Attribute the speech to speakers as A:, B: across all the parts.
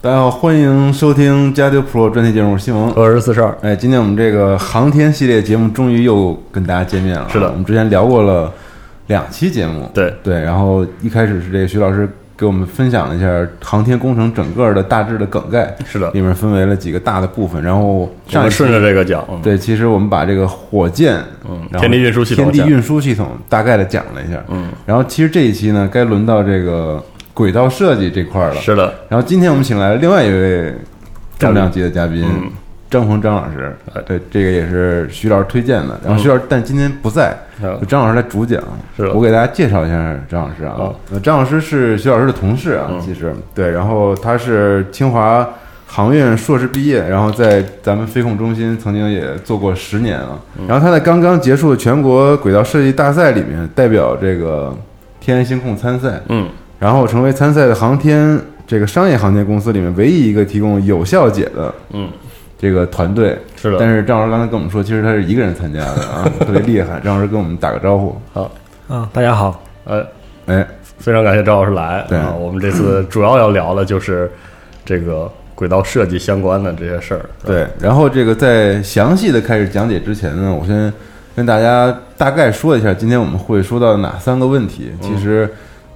A: 大家好，欢迎收听加丢 Pro 专题节目，我是西蒙。
B: 我是四十二，
A: 哎，今天我们这个航天系列节目终于又跟大家见面了。
B: 是的
A: 我们之前聊过了两期节目，
B: 对
A: 对。然后一开始是这个徐老师给我们分享了一下航天工程整个的大致的梗概，
B: 是的，
A: 里面分为了几个大的部分。然后
B: 我
A: 上一
B: 们
A: 期
B: 顺着这个讲，嗯，
A: 对，其实我们把这个火箭，嗯
B: 天地运输系统
A: 天地运输系统大概的讲了一下，嗯，然后其实这一期呢，该轮到这个轨道设计这块儿了。
B: 是的，
A: 然后今天我们请来了另外一位重量级的嘉宾，张鹏张老师
B: 嗯哎，
A: 对，这个也是徐老师推荐的。然后徐老师但今天不在，
B: 嗯
A: 就张老师来主讲。
B: 是的
A: 我给大家介绍一下张老师啊
B: 好，嗯
A: 呃张老师是徐老师的同事啊，其实对，然后他是清华。航运硕士毕业，然后在咱们飞控中心曾经也做过十年啊。
B: 嗯
A: 然后他在刚刚结束的全国轨道设计大赛里面，代表这个天安星控参赛，
B: 嗯，
A: 然后成为参赛的航天这个商业航天公司里面唯一一个提供有效解的，
B: 嗯，
A: 这个团队。
B: 是的
A: 但是张老师刚才跟我们说，其实他是一个人参加的 啊，特别厉害。张老师跟我们打个招呼，
B: 好，
C: 啊，大家好，
B: 呃，
A: 哎，
B: 非常感谢赵老师来
A: 对
B: 啊，我们这 次主要要聊的就是这个轨道设计相关的这些事儿，啊是吧，
A: 对。然后这个在详细的开始讲解之前呢，我先跟大家大概说一下，今天我们会说到哪三个问
B: 嗯
A: 题。其实。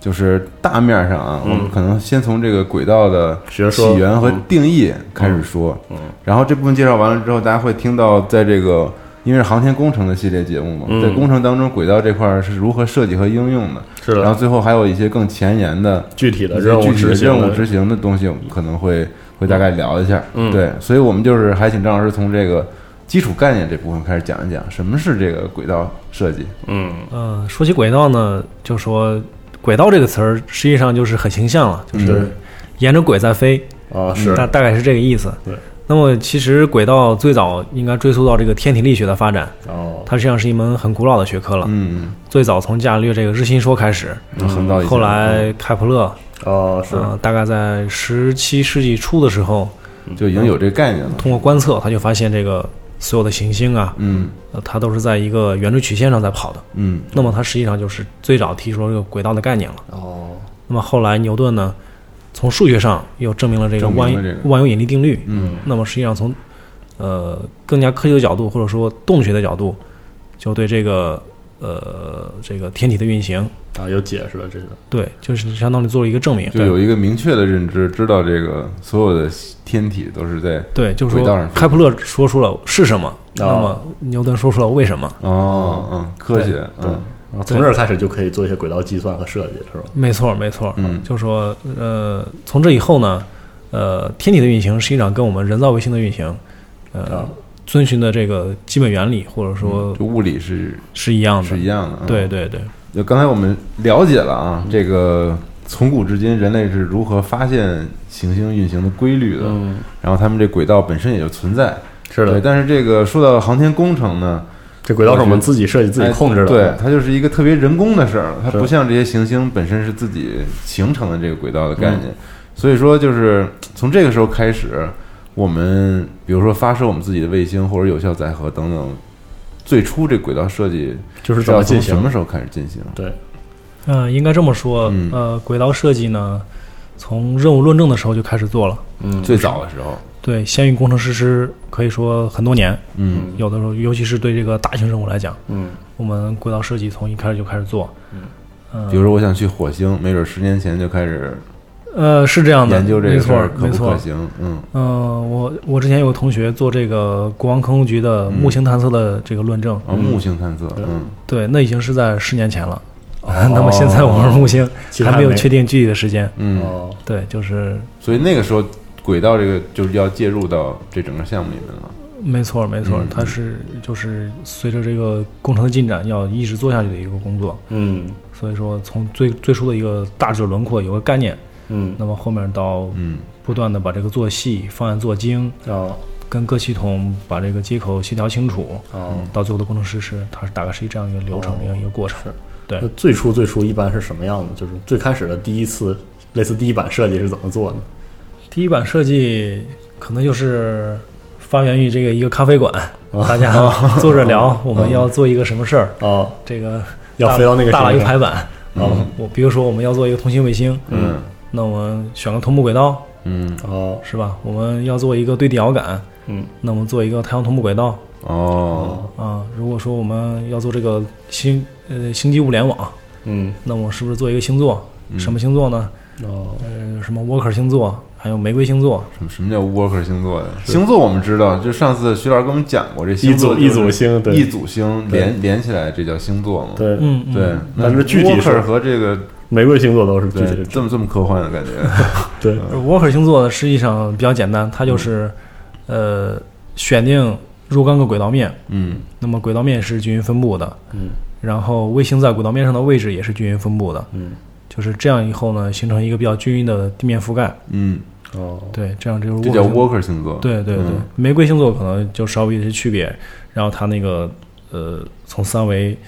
A: 就是大面上啊，我们可能先从这个轨道的
B: 学说
A: 起源和
B: 嗯
A: 定义开始说，
B: 嗯，
A: 然后这部分介绍完了之后，大家会听到，在这个因为是航天工程的系列节目嘛，
B: 嗯
A: 在工程当中，轨道这块儿是如何设计和应用的。
B: 是
A: 然后
B: 的，
A: 最后还有一些更前沿的
B: 具体的
A: 一些
B: 任务
A: 具体的
B: 执行
A: 任务
B: 的
A: 执行的东西，我们可能会会大概聊一下。
B: 嗯
A: 对，所以我们就是还请张老师从这个基础概念这部分开始讲一讲，什么是这个轨道设计？
B: 嗯，
C: 嗯、说起轨道呢，就说轨道这个词儿实际上就是很形象了，就是
A: 嗯
C: 沿着轨在飞，
B: 啊，是
C: 大大概是这个意思。
B: 对。
C: 那么其实轨道最早应该追溯到这个天体力学的发展，
B: 哦，
C: 它实际上是一门很古老的学科了。
A: 嗯，
C: 最早从伽利略这个日心说开始，
A: 嗯很早以前
C: 后来开普勒，
B: 哦，是
A: 啊
C: 呃，大概在十七世纪初的时候，
A: 嗯就已经有这个概念了。
C: 通过观测，他就发现这个所有的行星啊，
A: 嗯
C: 呃它都是在一个圆锥曲线上在跑的。
A: 嗯
C: 那么它实际上就是最早提出了这个轨道的概念了。
B: 哦，
C: 那么后来牛顿呢，从数学上又证明了这个
A: 证明了
C: 万有
A: 这个
C: 万有引力定律。
A: 嗯，
C: 那么实际上从呃更加科学的角度，或者说动学的角度，就对这个呃这个天体的运行，
B: 啊，有解释了这个，
C: 对，就是相当于做了一个证明。
A: 就有一个明确的认知，知道这个所有的天体都是在
C: 对，就是
A: 轨道
C: 说
A: 上
C: 开普勒说出了是什么，那么牛顿说出了为什么。
A: 哦嗯科学嗯。
B: 啊从这儿开始就可以做一些轨道计算和设计，是吧？
C: 没错，没错，
A: 嗯
C: 就说呃，从这以后呢，呃，天体的运行实际上跟我们人造卫星的运行，呃
A: 哦
B: 啊，
C: 遵循的这个基本原理或者说
A: 就物理是
C: 是一样的
A: 是，一样的、啊。
C: 对，对对，
A: 就刚才我们了解了啊，这个从古至今人类是如何发现行星运行的规律的，
B: 嗯，
A: 然后他们这轨道本身也就存在。
B: 是
A: 对，
B: 的，
A: 但是这个说到航天工程呢，
B: 这轨道是我们自己设计、自己
A: 哎
B: 控制的，嗯
A: 对，它就是一个特别人工的事儿，它
B: 是
A: 不像这些行星本身是自己形成的这个轨道的概
B: 嗯
A: 念。所以说，就是从这个时候开始，我们比如说发射我们自己的卫星或者有效载荷等等，最初这轨道设计
B: 就是
A: 是
B: 怎
A: 要
B: 么
A: 从
B: 进
A: 什
B: 行
A: 么
B: 的，
A: 时候开始进行？
B: 对，
C: 嗯、应该这么说
A: 嗯，
C: 呃，轨道设计呢，从任务论证的时候就开始做了，
B: 嗯，
A: 最早的时候，
C: 对，先于工程实施可以说很多年，
A: 嗯
C: 有的时候尤其是对这个大型任务来讲，
B: 嗯，
C: 我们轨道设计从一开始就开始做，嗯，
A: 比如说我想去火星，没准十年前就开始
C: 呃，是这样的，
A: 研究这
C: 没
A: 个事
C: 错
A: 儿可
C: 没
A: 不
C: 错
A: 可，行，嗯
C: 嗯，我我之前有个同学做这个国防科工局的木星探测的这个论证，
A: 啊，
B: 嗯
A: 木星探测，嗯，
C: 对，那已经是在十年前 了。哦那么现在我
A: 哦
C: 们木星
B: 其实
C: 还
B: 还
C: 没有
B: 没
C: 确定具体的时间。
A: 嗯，
B: 哦，
C: 对，就是
A: 所以那个时候轨道这个就是要介入到这整个项目里面了，
C: 没错没错
A: 嗯，
C: 它是就是随着这个工程的进展，要一直做下去的一个工作。
B: 嗯
C: 所以说，从最最初的一个大致轮廓有个概念，
B: 嗯，
C: 那么后面到
A: 嗯，
C: 不断的把这个做细，方案做精，
B: 哦
C: 跟各系统把这个接口协调清楚，
B: 哦，
C: 到最后的工程实施，它是大概是一这样一个流程，这
A: 哦
C: 样一个过程。对
B: 那，最初最初一般是什么样的？就是最开始的第一次类似第一版设计是怎么做的？
C: 第一版设计可能就是发源于这个一个咖啡馆，大
A: 哦
C: 家
B: 啊
C: 坐着聊， 我们要做一个什么事儿，
B: 哦
C: 这个
B: 要
C: 大
B: 飞到那个
C: 大了
B: 什
C: 一
B: 么
C: 个
B: 上
C: 排版，
B: 哦
C: 我比如说我们要做一个通信卫星，
A: 嗯
C: 那我们选个同步轨道，
A: 嗯，
B: 哦
C: 是吧？我们要做一个对地遥感，
B: 嗯，
C: 那我们做一个太阳同步轨道
A: 哦，
C: 啊。如果说我们要做这个星呃星际物联网，
B: 嗯
C: 那我是不是做一个星座？什么星座呢？
B: 哦
C: 呃，什么沃克星座，还有玫瑰星座，
A: 什么什么叫 worker 星座呀？星座我们知道，就上次徐老师跟我们讲过，这星座
B: 一
A: 就是
B: 组一组星对
A: 一组星连连起来，这叫星座嘛？
B: 呃对，
C: 嗯，嗯
A: 对，那
B: 但是具体是
A: worker 和这个
B: 玫瑰星座都是具体
A: 对
B: 的
A: 这么这么科幻的感 觉，
B: 对，
C: 而沃克星座实际上比较简单，它就是，
B: 嗯
C: 呃，选定若干个轨道面，
A: 嗯
C: 那么轨道面是均匀分布的，
B: 嗯
C: 然后卫星在轨道面上的位置也是均匀分布的，
B: 嗯
C: 就是这样以后呢，形成一个比较均匀的地面覆盖。
A: 嗯，
B: 哦
C: 对，这样就是
A: 这
C: worker
A: 叫
C: 星
A: worker 星座，
C: 对对对，
A: 嗯
C: 玫瑰星座可能就稍微有些区别，然后它那个呃，从三维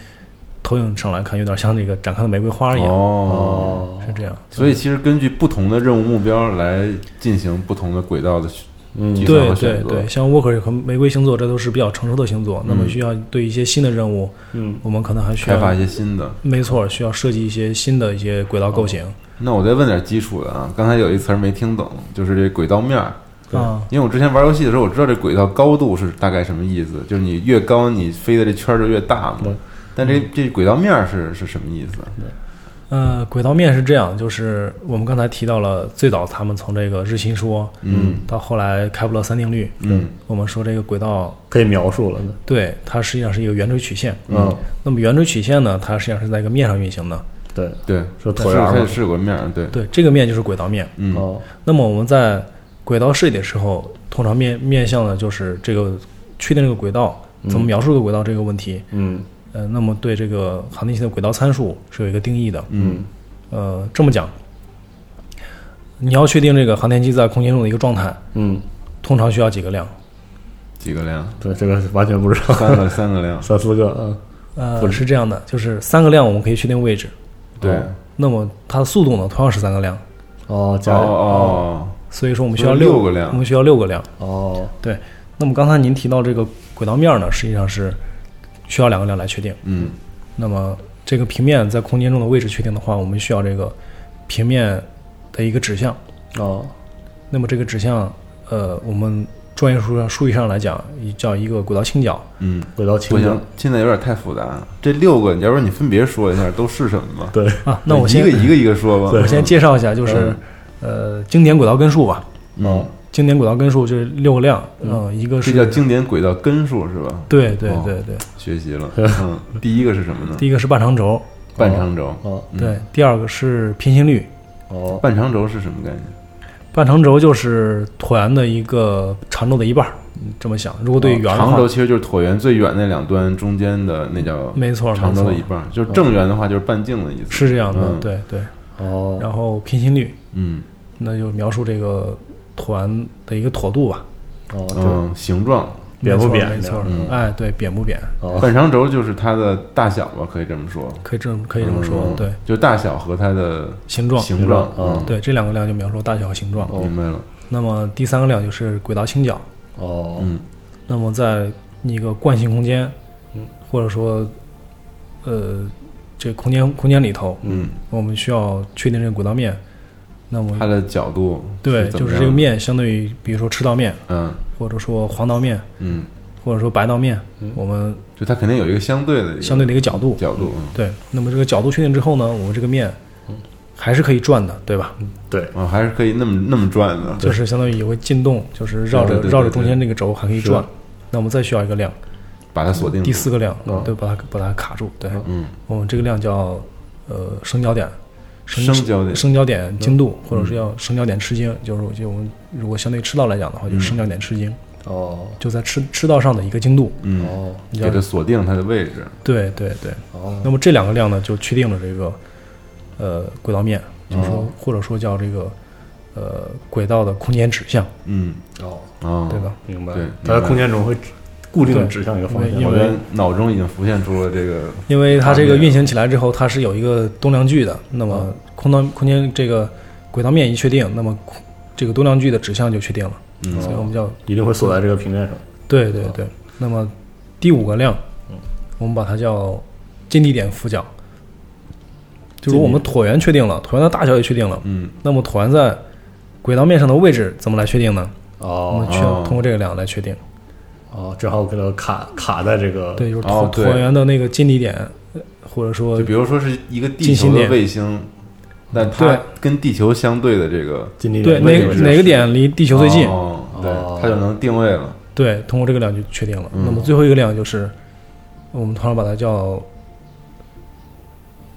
C: 投影上来看，有点像那个展开的玫瑰花一样，
A: 哦。
B: 哦
C: 是这样。
A: 所以其实根据不同的任务目标来进行不同的轨道的选
B: 嗯
A: 计算
C: 对
A: 和
C: 对
A: 选择。嗯
C: 对，像 Walker 和玫瑰星座，这都是比较成熟的星座。那么需要对一些新的任务，
B: 嗯
C: 我们可能还需
A: 开发
C: 要
A: 一，些新的。
C: 没错，需要设计一些新的一些轨道构型
A: 那我再问点基础的啊，刚才有一词儿没听懂，就是这轨道面儿。
C: 啊。
A: 因为我之前玩游戏的时候，我知道这轨道高度是大概什么意思，就是你越高，你飞的这圈儿就越大嘛
B: 对。
A: 但这这轨道面儿是是什么意思？
C: 呃，轨道面是这样，就是我们刚才提到了，最早他们从这个日心说，
A: 嗯
C: 到后来开普勒三定律，
A: 嗯
C: 我们说这个轨道，
B: 可以描述了呢，
C: 对，它实际上是一个圆锥曲线。
B: 嗯
C: 那么圆锥曲线呢，它实际上是在一个面上运行的，
B: 对
A: 对，
B: 说
A: 是
B: 椭圆
A: 它
B: 嘛
A: 是有个面儿，嗯对，
C: 对，这个面就是轨道面。
A: 嗯
B: 哦
C: 那么我们在轨道设计的时候，通常面面向的就是这个确定这个轨道怎么描述这个轨道这个问题。
B: 嗯
C: 呃，那么对这个恒定性的轨道参数是有一个定义的。
A: 嗯
C: 呃，这么讲，你要确定这个航天器在空间中的一个状态，
B: 嗯
C: 通常需要几个量？
A: 几个 量？
B: 对，这个完全不知道，
A: 三个三个量，
B: 三四个嗯
C: 呃，是这样的，就是三个量我们可以确定位置，
A: 对，
C: 那么它的速度呢同样是三个量，
B: 哦
A: 哦
B: 加
A: 哦，
C: 所以说我们需要
A: 就是六
C: 六
A: 个量
C: 我们需要六个量。
B: 哦
C: 对，那么刚才您提到这个轨道面呢，实际上是需要两个量来确定。
A: 嗯
C: 那么这个平面在空间中的位置确定的话，我们需要这个平面的一个指向。
B: 哦
C: 那么这个指向，呃，我们专业术上术语上来讲，也叫一个轨道倾角。
A: 嗯，
B: 轨道
A: 不
B: 倾
A: 行
B: 向，
A: 现在有点太复杂了。这六个，要不然你分别说一下都是什么吧？
B: 对
C: 啊那我
A: 一
C: 先
A: 个嗯一个一个说吧。
C: 我先介绍一下，就是、呃经典轨道根数吧。
A: 嗯，
C: 经典轨道根数就是六个量，嗯、一个
A: 这
C: 是
A: 叫经典轨道根数是吧？
C: 对对
A: 哦
C: 对 对，
A: 学习了。嗯，第一个是什么呢？
C: 第一个是半长轴，
A: 半长轴。
B: 哦
A: 嗯
C: 对，第二个是偏心率。
B: 哦
A: 半长轴是什么概念？
C: 半长轴就是椭圆的一个长轴的一半儿，你这么想。如果对圆的
A: 哦长
C: 话，
A: 轴其实就是椭圆最远那两端中间的那叫
C: 没错，
A: 长轴的
C: 没
A: 一
C: 错
A: 半儿，就是正圆的话就是半径的意思。
C: 嗯是这样的，
A: 嗯
C: 对对。
B: 哦
C: 然后偏心率，
A: 嗯
C: 那就描述这个椭圆的一个椭度吧，
B: 哦对
A: 嗯，形状。
B: 扁不
C: 没错
B: 扁
C: 没错，
A: 嗯
C: 哎，对，扁不扁，
B: 哦
A: 半长轴就是它的大小吧，可以这么说。
C: 可以这么可以这么说
A: 嗯，
C: 对，，
A: 就大小和它的
C: 形状，
A: 形状。
B: 形
A: 嗯
B: 状嗯，
C: 对，这两个量就描述大小和形状。
A: 明白了。
C: 那么第三个量就是轨道倾角，
B: 哦
A: 嗯
C: 那么在一个惯性空间，或者说，呃，这空间空间里头，
A: 嗯，
C: 我们需要确定这个轨道面，那么
A: 它的角度
C: 对，
A: 怎
C: 就
A: 么
C: 是
A: 样
C: 这个。面相对于，比如说赤道面，
A: 嗯
C: 或者说黄道面，
A: 嗯，
C: 或者说白道面，我们
A: 就它肯定有一个相对的一个
C: 相对的一个角度。
A: 角度。嗯
C: 对，那么这个角度确定之后呢，我们这个面
A: 嗯
C: 还是可以转的，对吧？
B: 对
A: 啊，还是可以那么那么转的，
C: 就是相当于有个进动，就是绕
A: 对对
C: 着
A: 对
C: 绕着
A: 对
C: 中间这个轴还可以转
A: 是。
C: 那我们再需要一个量，
A: 把它锁定住。
C: 第四个量
B: 嗯，
C: 对，把它把它卡住。对，
A: 嗯，
C: 我哦们这个量叫呃升焦点。
A: 升焦点
C: 升焦点精度，
B: 嗯
C: 或者是要升焦点吃经，就是我就我们如果相对于赤道来讲的话，就是
B: 嗯
C: 升焦点吃经。
B: 哦
C: 就在赤赤道上的一个精度。
A: 嗯，
B: 哦
A: 给它锁定它的位置。
C: 对对对。
B: 哦
C: 那么这两个量呢，就确定了这个呃轨道面，就是
B: 哦
C: 说、或者说叫这个呃轨道的空间指向，
A: 嗯，
B: 哦
A: 啊，
C: 对吧？
B: 明白
A: 对，
B: 它在
A: 明白
B: 空间中会固定的指向一个方
C: 对因
B: 向
C: 为
A: 我的脑中已经浮现出了这个，
C: 因为它这
A: 啊
C: 个
A: 对
C: 运行起来之后，它是有一个动量距的。那
B: 哦
C: 么空道空间这个轨道面一确定，那么空这个动量距的指向就确定了。
A: 嗯
C: 所以我们叫
B: 一定会锁在这个平面上
C: 对对对。那么第五个量，
A: 嗯
C: 我们把它叫近地点俯角，就是我们椭圆确定了，椭圆的大小也确定了。
A: 嗯
C: 那么椭圆在轨道面上的位置怎么来确定呢？我
B: 哦
C: 们确
A: 哦
C: 通过这个量来确定。
B: 哦，正好给它卡卡在这个
C: 对，就是
A: 哦
C: 椭
A: 对
C: 椭圆的那个近地点，呃或者说
A: 就比如说是一个地
C: 近心
A: 球的
C: 点
A: 卫星，那它
C: 对
A: 跟地球相对的这个
B: 近地
C: 对
B: 点
C: 哪
A: 位置
C: 哪个点离地
A: 地
C: 球最近，
A: 哦、对
B: 哦，
A: 它就能定位了。
C: 对，通过这个量就确定了。
A: 嗯
C: 那么最后一个量就是我们通常把它叫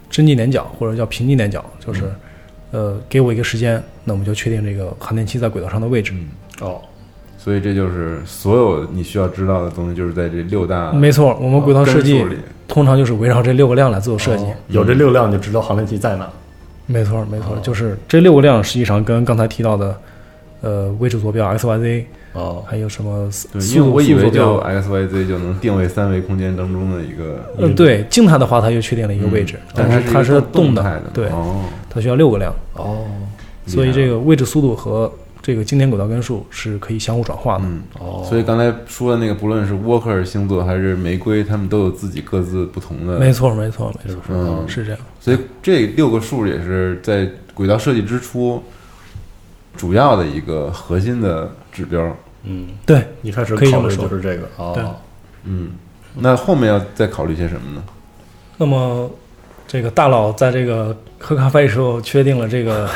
C: 真地点角或者叫平地点角，就是、
A: 嗯
C: 呃给我一个时间，那我们就确定这个航天器在轨道上的位置。
B: 哦
A: 所以这就是所有你需要知道的东西，就是在这六大
C: 没错，我
A: 我
C: 们轨道设计
A: 里，
C: 通常就是围绕这六个量来做设计。
A: 嗯
B: 哦有这六辆就知道航天器在哪。
C: 没错，没
A: 哦
C: 错，就是这六个量实际上跟刚才提到的呃位置坐标 x y z
B: 哦
C: 还有什么
A: 对，
C: 速
A: 因为我以
C: 速
A: 为
C: 坐
A: 就
C: 标，
A: X Y Z 就能定位三维空间当中的一个
C: 呃，对，静态的话，它就确定了一个位置，
A: 嗯但
C: 是它
A: 它
C: 是
A: 动
C: 的，
A: 态的，
C: 对，
A: 哦，
C: 它需要六个量，
B: 哦
A: 厉
C: 所以
A: 害
C: 这
A: 了
C: 个位置速度和这个经典轨道根数是可以相互转化的。
A: 嗯。
B: 哦，
A: 所以刚才说的那个，不论是沃克尔星座还是玫瑰，他们都有自己各自不同的。
C: 没错，没错，没错，
A: 嗯
C: 是这样。
A: 所以这六个数也是在轨道设计之初主要的一个核心的指标。
B: 嗯，
C: 对，
B: 一开始
C: 可以这
B: 考
C: 么
B: 虑
C: 说
B: 就是这个哦
A: 嗯，那后面要再考虑些什么呢？
C: 那么这个大佬在这个喝咖啡的时候确定了这个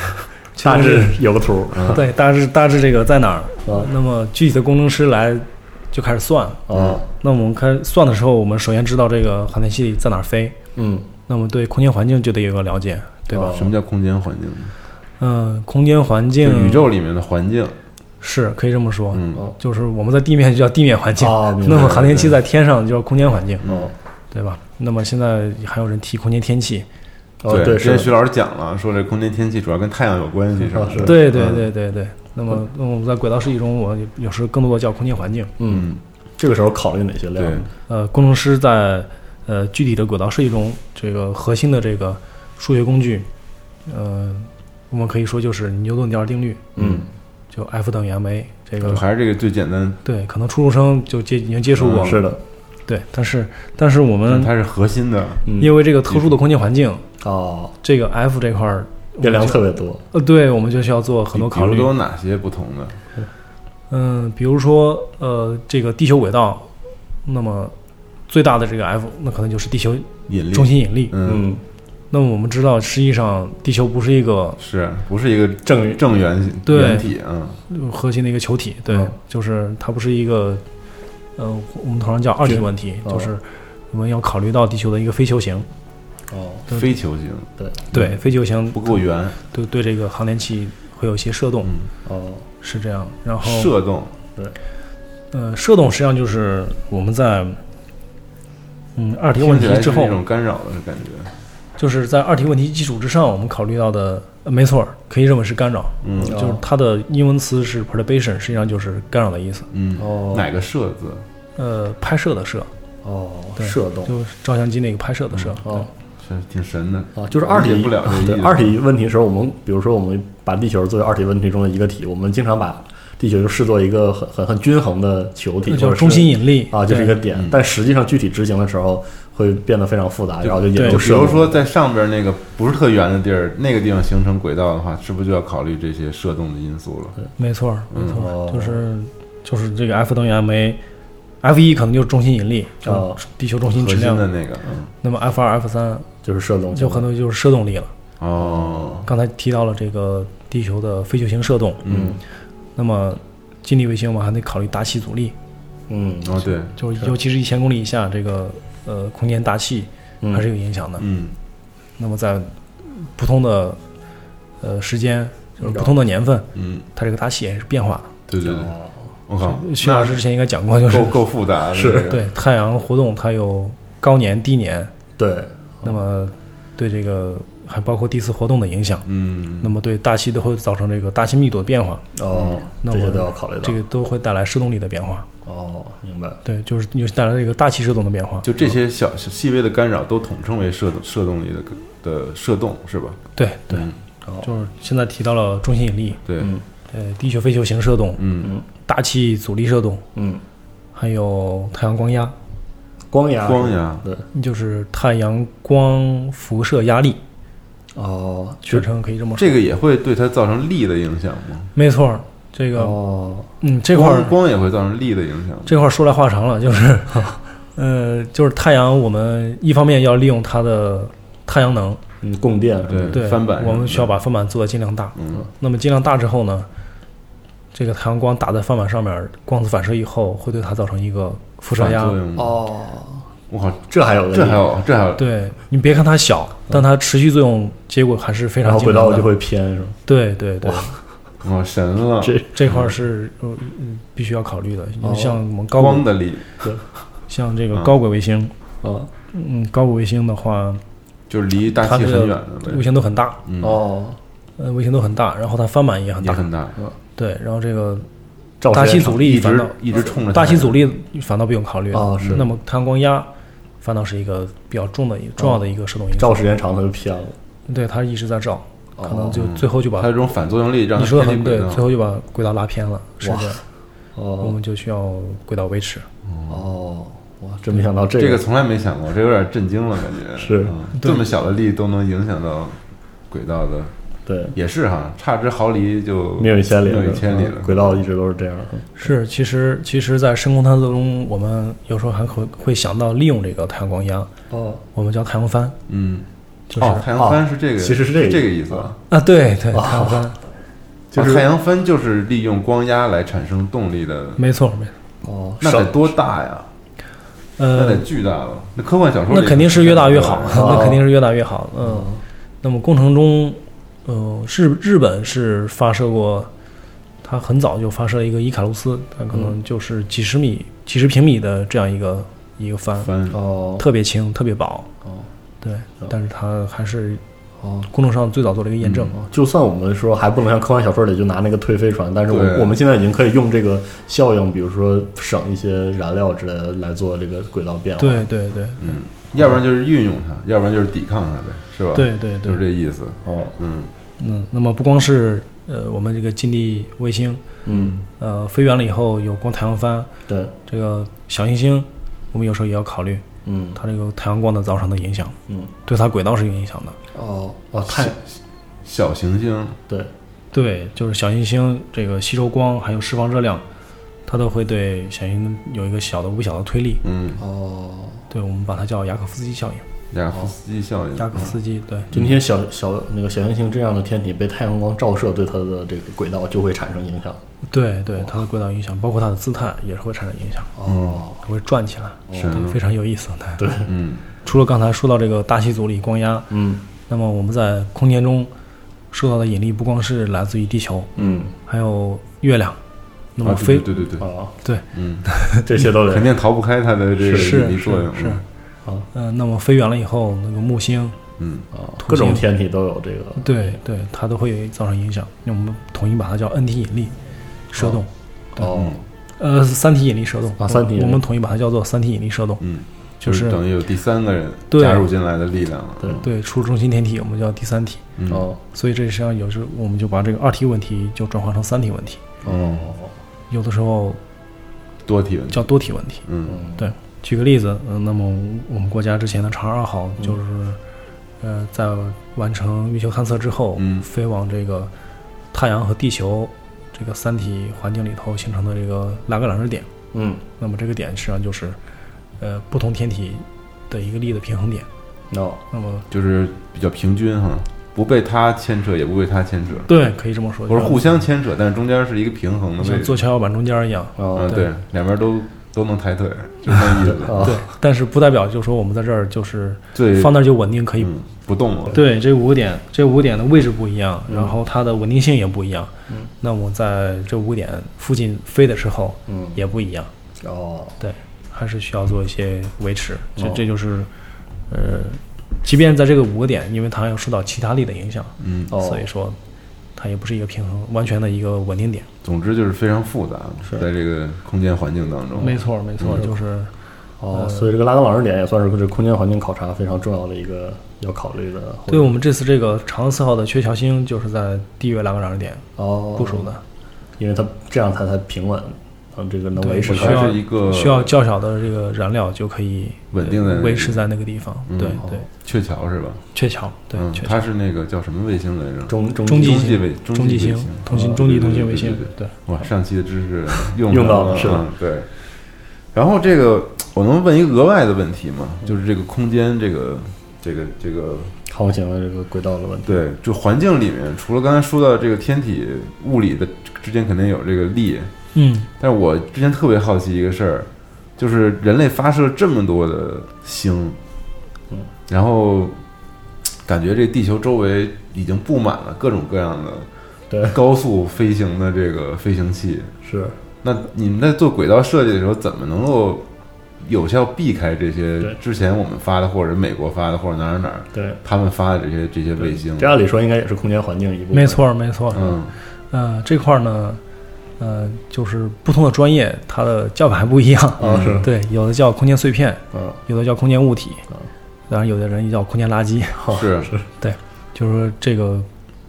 B: 大致有个图
C: 对，大致大致这个在哪儿？
B: 啊
C: 那么具体的工程师来就开始算。
B: 哦
C: 那我们开算的时候，我们首先知道这个航天器在哪儿飞，
B: 嗯
C: 那么对空间环境就得有个了解，对吧？
B: 哦
A: 什么叫空间环境呢？
C: 嗯、空间环
A: 就
C: 境
A: 宇宙里面的环境。
C: 是可以这么说，
A: 嗯，
B: 哦
C: 就是我们在地面就叫地面环境，
B: 哦明白
C: 那么航天器在天上就叫空间环境，
B: 哦
C: 对吧？那么现在还有人提空间天气，
B: 哦
A: 对，
B: 对
A: 之前
B: 是
A: 徐老师讲了，说这空间天气主要跟太阳有关系，是吧
B: 哦？是
C: 对
A: 嗯
C: 对对对对。那么，那么我们在轨道设计中，我有时候更多的叫空间环境。
B: 嗯，这个时候考虑哪些量
A: 对，
C: 呃，工程师在呃具体的轨道设计中，这个核心的这个数学工具，呃，我们可以说就是牛顿第二定律，
B: 嗯
C: 就 F 等于 ma 这
A: 就
C: 个。
A: 还是这个最简单，
C: 对，可能初中生就接已经接
A: 嗯
C: 触过，
B: 嗯是的
C: 对，但是但是我
A: 但
C: 们
A: 它是核心的。
B: 嗯
C: 因为这个特殊的空间环境，
B: 哦
C: 这个 F 这块儿我们
B: 变量
C: 就
B: 特别多
C: 呃，对，我们就需要做很多
A: 比
C: 考
A: 如
C: 虑
A: 都。有哪些不同的？
C: 嗯，比如说呃，这个地球轨道，那么最大的这个 F，那可能就是地球
A: 引力
C: 中心引力。
A: 嗯，
B: 嗯
C: 那么我们知道，实际上地球不是一个
A: 是不是一个
B: 正
A: 正圆
C: 对
A: 圆体啊？
C: 呃核心的一个球体，对，
B: 嗯
C: 就是它不是一个，呃，我们通常叫二体问题，
B: 哦
C: 就是我们要考虑到地球的一个非球形，
B: 哦
C: 对哦
A: 非球形
C: 对，非球形
A: 不够圆，
C: 对对这个航天器会有一些射动，
A: 嗯，
B: 哦
C: 是这样。然后
A: 射动，
C: 呃，射动实际上就是我们在嗯二题
A: 听
C: 问
A: 起
C: 题
A: 来是
C: 之后
A: 一，种干扰的感觉，
C: 就是在二题问题基础之上，我们考虑到的，呃没错，可以认为是干扰，
A: 嗯
B: 哦
C: 就是它的英文词是 perturbation，实际上就是干扰的意思。
A: 嗯，
B: 哦
A: 哪个射字？
C: 呃，拍摄的摄，
B: 哦
C: 对
B: 射动
C: 就是照相机那个拍摄的摄。
B: 哦
A: 是挺神的，
B: 啊，就是二
A: 理
B: 体
A: 解不了这个意思
B: 对二体问题的时候，我们比如说我们把地球作为二体问题中的一个体，我们经常把地球就视作一个很很很均衡的球体，
C: 那
B: 或
C: 叫
B: 者是
C: 中心引力
B: 啊，就是一个
C: 对
B: 点
A: 嗯。
B: 但实际上具体执行的时候会变得非常复杂，然后就
C: 对
B: 引
A: 就
B: 入
A: 比
B: 射
A: 如
B: 动
A: 说在上边那个不是特圆的地儿，那个地方形成轨道的话，是不是就要考虑这些射动的因素了？
C: 没错儿，没错儿，
B: 哦
C: 就是就是这个 F 等于 ma，F 一可能就是中心引力，
B: 哦
C: 就是地球中心
A: 核
C: 质
A: 心
C: 量。
A: 的那个，嗯，
C: 那么 F 二、F 三
B: 就是射动，
C: 就可能就是射动力了。
A: 哦，
C: 刚才提到了这个地球的非球形射动，
A: 嗯，
C: 那么近地卫星我们还得考虑大气阻力，
B: 嗯
A: 哦对，
C: 就是尤其是一千公里以下，这个呃空间大气
B: 嗯
C: 还是有影响的。
A: 嗯，
C: 那么在不同的呃时间，就是不同的年份，
A: 嗯，
C: 它这个大气也是变化的。
A: 对对对，
B: 哦
A: 我靠，
C: 徐老师之前应该讲过，就是
A: 够够复杂的，
B: 是
A: 这个，
C: 对太阳活动它有高年、低年，
B: 对
A: 嗯
C: 那么对这个还包括地磁活动的影响，
A: 嗯，
C: 那么对大气都会造成这个大气密度的变化，
A: 嗯
B: 哦，
C: 那
B: 这些
C: 我
B: 都要考虑到
C: 这个都会带来势动力的变化。
B: 哦，明白
C: 对，就是尤其带来这个大气势动的变化。
A: 就这些小小细微的干扰都统称为射动射动力的的射动是吧？
C: 对对，
A: 嗯
B: 哦，
C: 就是现在提到了中心引力，
A: 对，
B: 嗯
C: 呃，地球非球形射动，
A: 嗯，
C: 大气阻力射动，
B: 嗯，
C: 还有太阳光压，
B: 光压
A: 光呀，
B: 对
C: 就是太阳光辐射压力。
B: 哦，
C: 全程可以这么说。
A: 这个也会对它造成力的影响吗？
C: 没错儿，这个
B: 哦，
C: 嗯，这块儿
A: 光光也会造成力的影响吗。
C: 这块儿说来话长了，就是，呃，就是太阳，我们一方面要利用它的太阳能，
B: 嗯，供电是吧
A: 对
C: 对，
A: 翻板
C: 我
A: 什么
C: 们
A: 的
C: 需要把翻板做的尽量大。
A: 嗯
C: 那么尽量大之后呢，这个太阳光打在翻板上面，光子反射以后会对它造成一个辐射
A: 反
C: 压
A: 作。用吗
B: 哦，
A: 我靠，
B: 这还有
A: 嗯
B: 个
A: 这还
B: 例
A: 有这还有
C: 对你别看它小，但它持续作用结果还是非
B: 子，然后
C: 常惊
B: 轨
C: 人
B: 道
C: 的
B: 就。会偏是吧？
C: 对对对，
A: 哇神了，
B: 这
C: 这块儿是呃嗯必须要考虑的。
B: 哦
C: 像我们高
A: 光
C: 轨，
A: 的力
C: 像这个
A: 嗯
C: 高轨卫星，
B: 啊
C: 嗯，高轨卫星的话，
A: 就是离大
C: 它
A: 气
C: 这
A: 很
C: 个
A: 远的
C: 卫
A: 位置，
C: 星都很大，
A: 嗯，
B: 哦，
C: 呃，卫星都很大，然后它翻板也很
A: 也
C: 大，
A: 很大，
C: 对，然后这个
B: 照
C: 大气
B: 射
C: 阻
A: 啊一
C: 力反
A: 直
C: 倒
A: 一直冲着
C: 大
A: 它
C: 气阻力反倒不用考虑
B: 哦是
C: 那么太阳光压反倒是一个比较重的
A: 哦
C: 一重要的一个制动因素，
B: 照时间长它就偏了，
C: 对，它一直在照，
B: 哦
C: 可能就最后就把
A: 它这种反作用力让
C: 你
A: 它
C: 说的
A: 偏
C: 很
A: 离
C: 对
A: 轨，道
C: 最后就把轨道拉偏了，是
B: 哇
C: 这样，我
B: 哦
C: 们就需要轨道维持。
B: 哦，哇，真没想到这
A: 这个
B: 个
A: 从来没想过，这有点震惊了，感觉
B: 是
A: 嗯这么小的力都能影响到轨道的，
B: 对
A: 也是哈，差之毫厘就
B: 谬以千里，
A: 谬以千里
B: 嗯
A: 了。
B: 轨道一直都是这样的。
C: 是，其实其实，在深空探测中，我们有时候还会会想到利用这个太阳光压，
B: 哦，
C: 我们叫太阳帆，
A: 嗯，
C: 就是、
A: 哦，太阳帆是这个，
B: 其实是这个意思
A: 这个意思啊，
C: 啊，对对，太阳帆，
A: 就是太阳帆就是利用光压来产生动力的，
C: 没错没错，
B: 哦，
A: 那
B: 少
A: 得多大呀？那
C: 呃
A: 得，巨大了，那科幻小说里
C: 那肯定是越大越好，
B: 哦
C: 那肯定是越大越好。嗯，那么工程中，呃，日日本是发射过，它很早就发射了一个伊卡洛斯，它可能就是几十米、几十平米的这样一个一个帆，
A: 帆
B: 哦
C: 特别轻，特别薄。
B: 哦
C: 对，但是它还是
B: 哦。
C: 工程上最早做了一个验证。啊
B: 就算我们说还不能像科幻小说里就拿那个推飞船，但是我
A: 对
B: 我们现在已经可以用这个效应，比如说省一些燃料之类的来做这个轨道变化。
C: 对对对
A: 嗯，要不然就是运用它，要不然就是抵抗它呗，是吧？，
C: 对对
A: 就是
C: 对，
A: 这意思。
B: 哦，
A: 嗯，
C: 嗯，那么不光是呃我们这个近地卫星，
B: 嗯，
C: 呃飞远了以后有光太阳帆，
B: 对，
C: 这个小行星，我们有时候也要考虑。
B: 嗯，
C: 它这个太阳光的造成的影响，
B: 嗯，
C: 对它轨道是有影响的。
B: 哦，哦，太
A: 小行星
B: 对，
C: 对，就是小行星这个吸收光还有释放热量，它都会对小行星有一个小的微小的推力。
A: 嗯，
B: 哦，
C: 对，我们把它叫雅可夫斯基效应。
A: 雅夫斯基效应，
C: 哦雅可夫斯基，对，
B: 就那些小小那个小行星这样的天体被太阳光照射，对它的这个轨道就会产生影响。
C: 对对，它的轨道影响，包括它的姿态也是会产生影响，
B: 哦，
C: 它会转起来，
A: 嗯神了
C: 哦非常有意思。对，
A: 嗯，
C: 除了刚才说到这个大气阻力、光压，
B: 嗯
C: 那么我们在空间中受到的引力不光是来自于地球，
B: 嗯，
C: 还有月亮。那
A: 啊
C: 么
A: 对
C: 飞、
A: 对对对对，
B: 啊，
C: 对
A: 嗯，
B: 这些都得
A: 肯定逃不开它的这个
C: 是
A: 引力作用，
C: 是是
A: 嗯
C: 呃，那么飞远了以后，那个木星，
A: 嗯，
B: 啊，各种天体都有这个
C: 对对，它都会造成影响。那我们统一把它叫 NT 引力射动，
B: 哦，
C: 呃，三体引力射动
B: 啊三体引力
C: 我们统一把它叫做三体引力射动。
A: 嗯，
C: 就
A: 就是
C: 是
A: 等于有第三个人
C: 对
A: 加入进来的力量了，
B: 对
C: 对，除了中心天体，我们叫第三体。
A: 嗯
B: 哦
C: 所以这实际上有时候我们就把这个二体问题就转化成三体问题，
A: 嗯
B: 哦，
C: 有的时候
A: 多体问题，
C: 叫多体问题。
A: 嗯
C: 对，举个例子，嗯、那么我们国家之前的长二号
A: 嗯
C: 就是，呃，在完成月球探测之后，
A: 嗯
C: 飞往这个太阳和地球这个三体环境里头形成的这个拉格朗日点。
B: 嗯，
C: 那么这个点实际上就是，呃，不同天体的一个力的平衡点。
B: 哦，
C: 那么
A: 就是比较平均哈，不被它牵扯，也不被它牵扯，
C: 对，可以这么说，
A: 不是
C: 就
A: 互相牵扯，但是中间是一个平衡的位
C: 像
A: 置
C: 坐，跷跷板中间一样。
A: 嗯，
B: 哦，
A: 对，两边都都能抬腿，就是那意思，
B: 啊，
C: 对，但是不代表就是说我们在这儿就是
A: 最
C: 哦放那儿就稳定可以
A: 嗯不动了，
C: 对，这五个点，这五个点的位置不一样，
B: 嗯
C: 然后它的稳定性也不一样。嗯，那我在这五个点附近飞的时候，
B: 嗯
C: 也不一样。
B: 哦，
C: 对，还是需要做一些维持。这
B: 哦
C: 这就是，呃，即便在这个五个点，因为它要受到其他力的影响，
A: 嗯，
B: 哦
C: 所以说它也不是一个平衡完全的一个稳定点。
A: 总之就是非常复杂，在这个空间环境当中，
C: 没错，没错，嗯就是
B: 哦，所以这个拉格朗日点也算是这空间环境考察非常重要的一个要考虑的。
C: 对我们这次这个长四号的鹊桥星就是在地月拉格朗日点
B: 哦
C: 部署的。
B: 因为它这样它才平稳。啊呃这个能
C: 对
B: 维持
A: 我
C: 需
B: 它
A: 觉得
B: 的。
A: 是一个
C: 需要较小的这个燃料就可以
A: 稳定的
C: 维持在那个地方。
A: 嗯
C: 对
A: 哦
C: 对，
A: 鹊桥是吧？
C: 鹊桥，对
A: 嗯
C: 鹊桥
A: 它，是那个叫什么卫星来着？
B: 中中
C: 中继
A: 继
C: 星
A: 卫
C: 中
A: 继
C: 继星
A: 卫星，
C: 通信
A: 啊
C: 中继
A: 对对
C: 通信
A: 对
C: 卫
A: 对
C: 星
A: 对，
C: 对，
A: 哇，上期的知识用
B: 用到
A: 了，
B: 了是
A: 嗯对。然后这个我能问一个额外的问题吗？就是这个空间，这个这个这个，
B: 航行的这个轨道的问题。
A: 对，就环境里面，除了刚才说到这个天体物理的之间肯定有这个力，
C: 嗯
A: 但是我之前特别好奇一个事儿，就是人类发射了这么多的星，
B: 嗯，
A: 然后感觉这地球周围已经布满了各种各样的
B: 对，
A: 高速飞行的这个飞行器。
B: 是
A: 那你们在做轨道设计的时候，怎么能够有效避开这些
B: 对
A: 之前我们发的，或者美国发的，或者哪儿哪儿
B: 对。
A: 他们发的这些这些卫星？
B: 这按理说应该也是空间环境一部分。
C: 没，错儿没错儿，
A: 嗯，
C: 呃，这块儿呢，呃，就是不同的专业它的叫法还不一样，
B: 啊
A: 嗯
B: 是，
C: 对，有的叫空间碎片，
B: 嗯，
C: 有的叫空间物体
B: 嗯，
C: 当然有的人也叫空间垃圾，
B: 好
A: 是
B: 是，
C: 就是说这个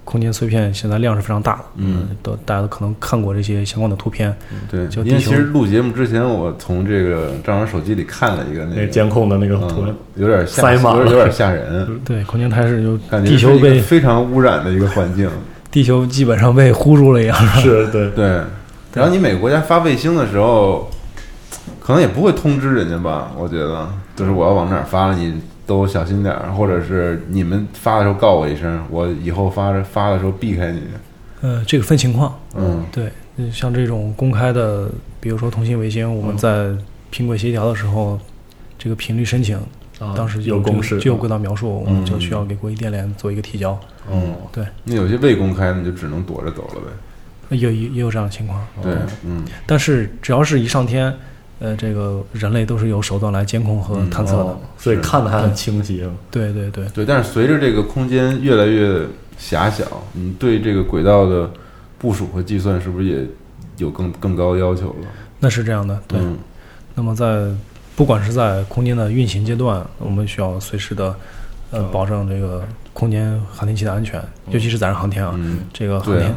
C: 空间碎片现在量是非常大的，呃
A: 嗯，
C: 都大家都可能看过这些相关的图片，
A: 对，
C: 就
A: 因为
C: 地球
A: 其实录节目之前，我从这个丈人手机里看了一个那
B: 那
A: 个
B: 个监控的那个 图
A: 嗯，有点吓
B: 塞满
A: 有
B: 了
A: 点有点吓人，
C: 对，空间态势就
A: 感觉
C: 地
A: 是
C: 球
A: 一个
C: 被
A: 非常污染的一个环境。
C: 地球基本上被呼住了一样，
B: 是对，
A: 对，然后你每个国家发卫星的时候，可能也不会通知人家吧？我觉得，就是我要往哪儿发了，你都小心点儿，或者是你们发的时候告我一声，我以后发着发的时候避开你。
C: 呃，这个分情况，
A: 嗯
C: 对，嗯像这种公开的，比如说通信卫星，我
A: 嗯
C: 们在频轨协调的时候，这个频率申请
B: 啊
C: 当时就
B: 有
C: 这个
B: 公式，
C: 就有轨道描述，我
A: 嗯
C: 们就需要给国际电联做一个提交。
A: 嗯，
C: 对，
A: 那有些未公开的，你就只能躲着走了呗。
C: 呃有也也有这样的情况，
B: 哦
A: 对，嗯，
C: 但是只要是一上天，呃，这个人类都是有手段来监控和
A: 嗯
C: 探测的。
B: 哦所以看的还很清晰。
C: 对对对，
A: 对。但是随着这个空间越来越狭小，你对这个轨道的部署和计算是不是也有更更高的要求了？
C: 那是这样的。对，
A: 嗯
C: 那么在不管是在空间的运行阶段，我们需要随时的呃
B: 哦
A: 嗯
C: 保证这个空间航天器的安全，尤其是载人航天啊，
A: 嗯，
C: 这个航
A: 对
C: 天
A: 啊。
C: 人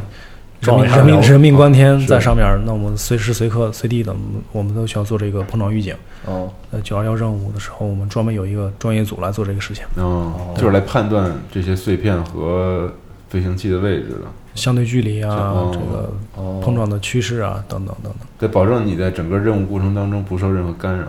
B: 撞
C: 命
B: 一下
C: 人命
B: 了
C: 人命关天
B: 是
C: 在上面儿，那我们随时随刻随地的，我们都需要做这个碰撞预警。
B: 哦，
C: 呃，九二幺任务的时候，我们专门有一个专业组来做这个事情。
A: 哦，就是来判断这些碎片和飞行器的位置的，
C: 相对距离啊
A: 哦，嗯
C: 这个
B: 哦，
C: 碰撞的趋势啊，等等等等。
A: 得保证你在整个任务过程当中不受任何干扰。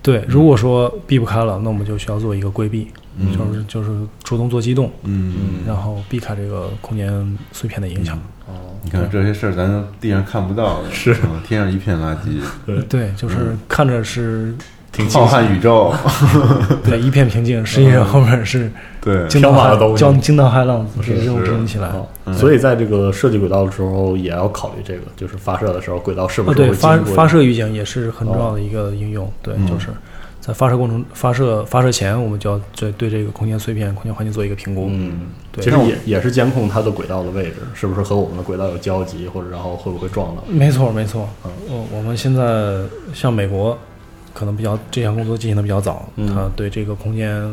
C: 对，如果说避不开了，那我们就需要做一个规避，
A: 嗯
C: 就是就是主动做机动，
A: 嗯
C: 然后避开这个空间碎片的影响。
B: 哦，
A: 你看这些事儿，咱都地上看不到的，
B: 是
A: 嗯天上一片垃圾，
B: 对，
C: 对，
B: 嗯
C: 就是看着是
B: 挺清
A: 浩
B: 晰。
A: 瀚宇 宙，
C: 对一片平静，实际上后面是
A: 对，
B: 嗯
C: 惊
B: 天
C: 涛
B: 马
C: 骇
B: 的东西
C: 惊惊涛骇浪，这个任务
A: 是
C: 执行起来。
B: 哦
A: 嗯
B: 所以在这个设计轨道的时候，也要考虑这个，就是发射的时候轨道是不
C: 啊，
B: 是
C: 对，
B: 会
C: 发
B: 经过
C: 发射预警也是很重要的一个应用。对，
A: 嗯
C: 就是在发射过程、发射发射前，我们就要对对这个空间碎片、空间环境做一个评估。
B: 嗯，
C: 对
B: 其实
A: 那我
B: 也也是监控它的轨道的位置，是不是和我们的轨道有交集，或者然后会不会撞到？
C: 没错，没错。
B: 嗯
C: 我我们现在像美国，可能比较这项工作进行的比较早，
B: 嗯
C: 它对这个空间，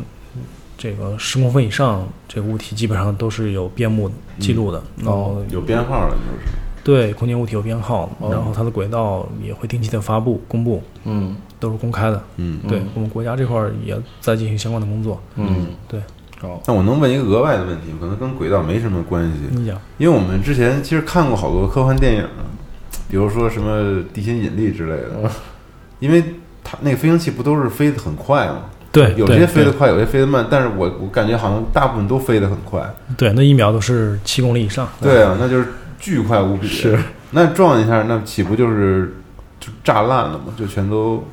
C: 这个十公分以上这个物体基本上都是有编目记录的。然后
A: 哦，有编号了，就是，
C: 对空间物体有编号，
B: 哦
C: 然后它的轨道也会定期的发布公布，
B: 嗯
C: 都是公开的。
A: 嗯。
C: 对我们国家这块儿也在进行相关的工作。
B: 嗯，
C: 对，
B: 哦，
A: 那我能问一个额外的问题，可能跟轨道没什么关系，
C: 你讲，
A: 因为我们之前其实看过好多科幻电影，比如说什么《地心引力》之类
C: 嗯
A: 的，因为它那个飞行器不都是飞得很快吗？
C: 对，
A: 有
C: 对
A: 些飞得快，有些飞得慢，但是我我感觉好像大部分都飞得很快。
C: 对，那一秒都是七公里以上。
A: 对啊，那就是巨快无比。
B: 是，
A: 那撞一下，那岂不就是就炸烂了吗？就全都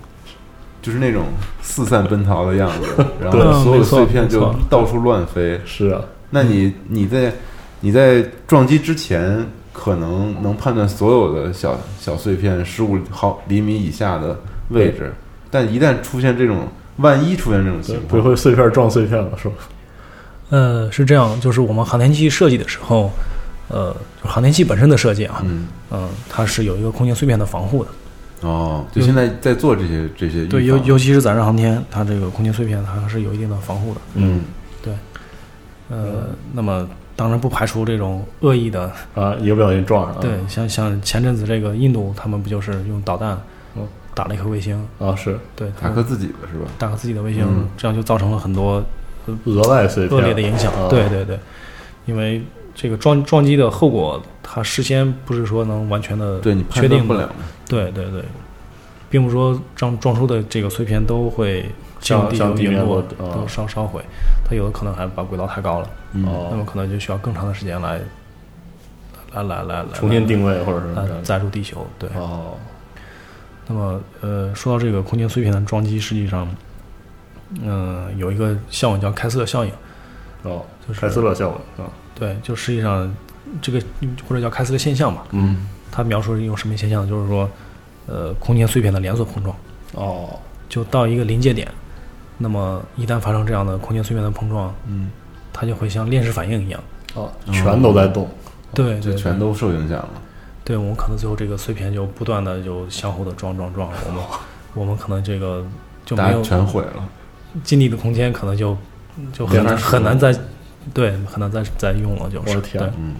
A: 就是那种四散奔逃的样子， 然
C: 对
A: 后所有
C: 没
A: 的
C: 错
A: 碎片
C: 没
A: 就
C: 错
A: 到处乱飞。
B: 是啊，
A: 那你你在你在撞击之前，可能能判断所有的小小碎片十五毫厘米以下的位置，但一旦出现这种万一出现这种
B: 对
A: 情
B: 不
A: 况，
B: 会碎片撞碎片了是吧？
C: 呃，是这样，就是我们航天器设计的时候，呃，就航天器本身的设计啊，
A: 嗯，
C: 嗯、它是有一个空间碎片的防护的。
A: 哦，就现在在做这些这些预
C: 对，尤
A: 防
C: 尤其是载人航天，它嗯
B: 嗯
C: 这个空间碎片它是有一定的防护的。
A: 嗯
C: 对，呃，那么当然不排除这种恶意的，
B: 啊，一个不小心撞上了，
C: 对，像像前阵子这个印度，他们不就是用导弹
B: 嗯
C: 打了一颗卫星，
B: 啊是
C: 对，他
A: 塔
C: 们
A: 克自己的是吧？
C: 打个自己的卫星，
B: 嗯
C: 这样就造成了很多
B: 额外碎片
C: 恶劣的影响
B: 啊。
C: 对对对，因为这个撞撞击的后果，它事先不是说能完全的
A: 对你
C: 确
A: 判断
C: 定
A: 不
C: 的
A: 了，
C: 对对对，并不是说撞撞出的这个碎片都会进入
B: 像
C: 地
B: 像
C: 球
B: 地面
C: 陨落
B: 落啊
C: 都烧烧毁，它有的可能还把轨道抬高了，
A: 嗯
C: 那么
B: 哦，
C: 可能就需要更长的时间来来来来来
B: 重新定位或者是
C: 来载入地球。对，
B: 哦
C: 那么呃，说到这个空间碎片的撞击，实际上，嗯、有一个效应叫开斯勒效应，
B: 哦，
C: 就是
B: 开斯勒效应啊，
C: 对，就实际上这个或者叫开斯勒现象吧，
B: 嗯
C: 它描述是一种什么现象呢？就是说，呃，空间碎片的连锁碰撞。
B: 哦
C: 就到一个临界点，那么一旦发生这样的空间碎片的碰撞，
A: 嗯，
C: 它就会像链式反应一样，
B: 哦，全都在动，嗯
C: 对
A: 就
C: 对
A: 全都受影响了。
C: 对，我们可能最后这个碎片就不断的就相互的撞撞撞， 我们我们可能这个就
A: 大
C: 没
A: 家
C: 有
A: 全毁了，
C: 尽力的空间，可能就就
A: 没
C: 很
A: 法
C: 难
A: 使
C: 很难再对很难再再用了，就
B: 我
C: 是
B: 的天
C: 对
A: 嗯，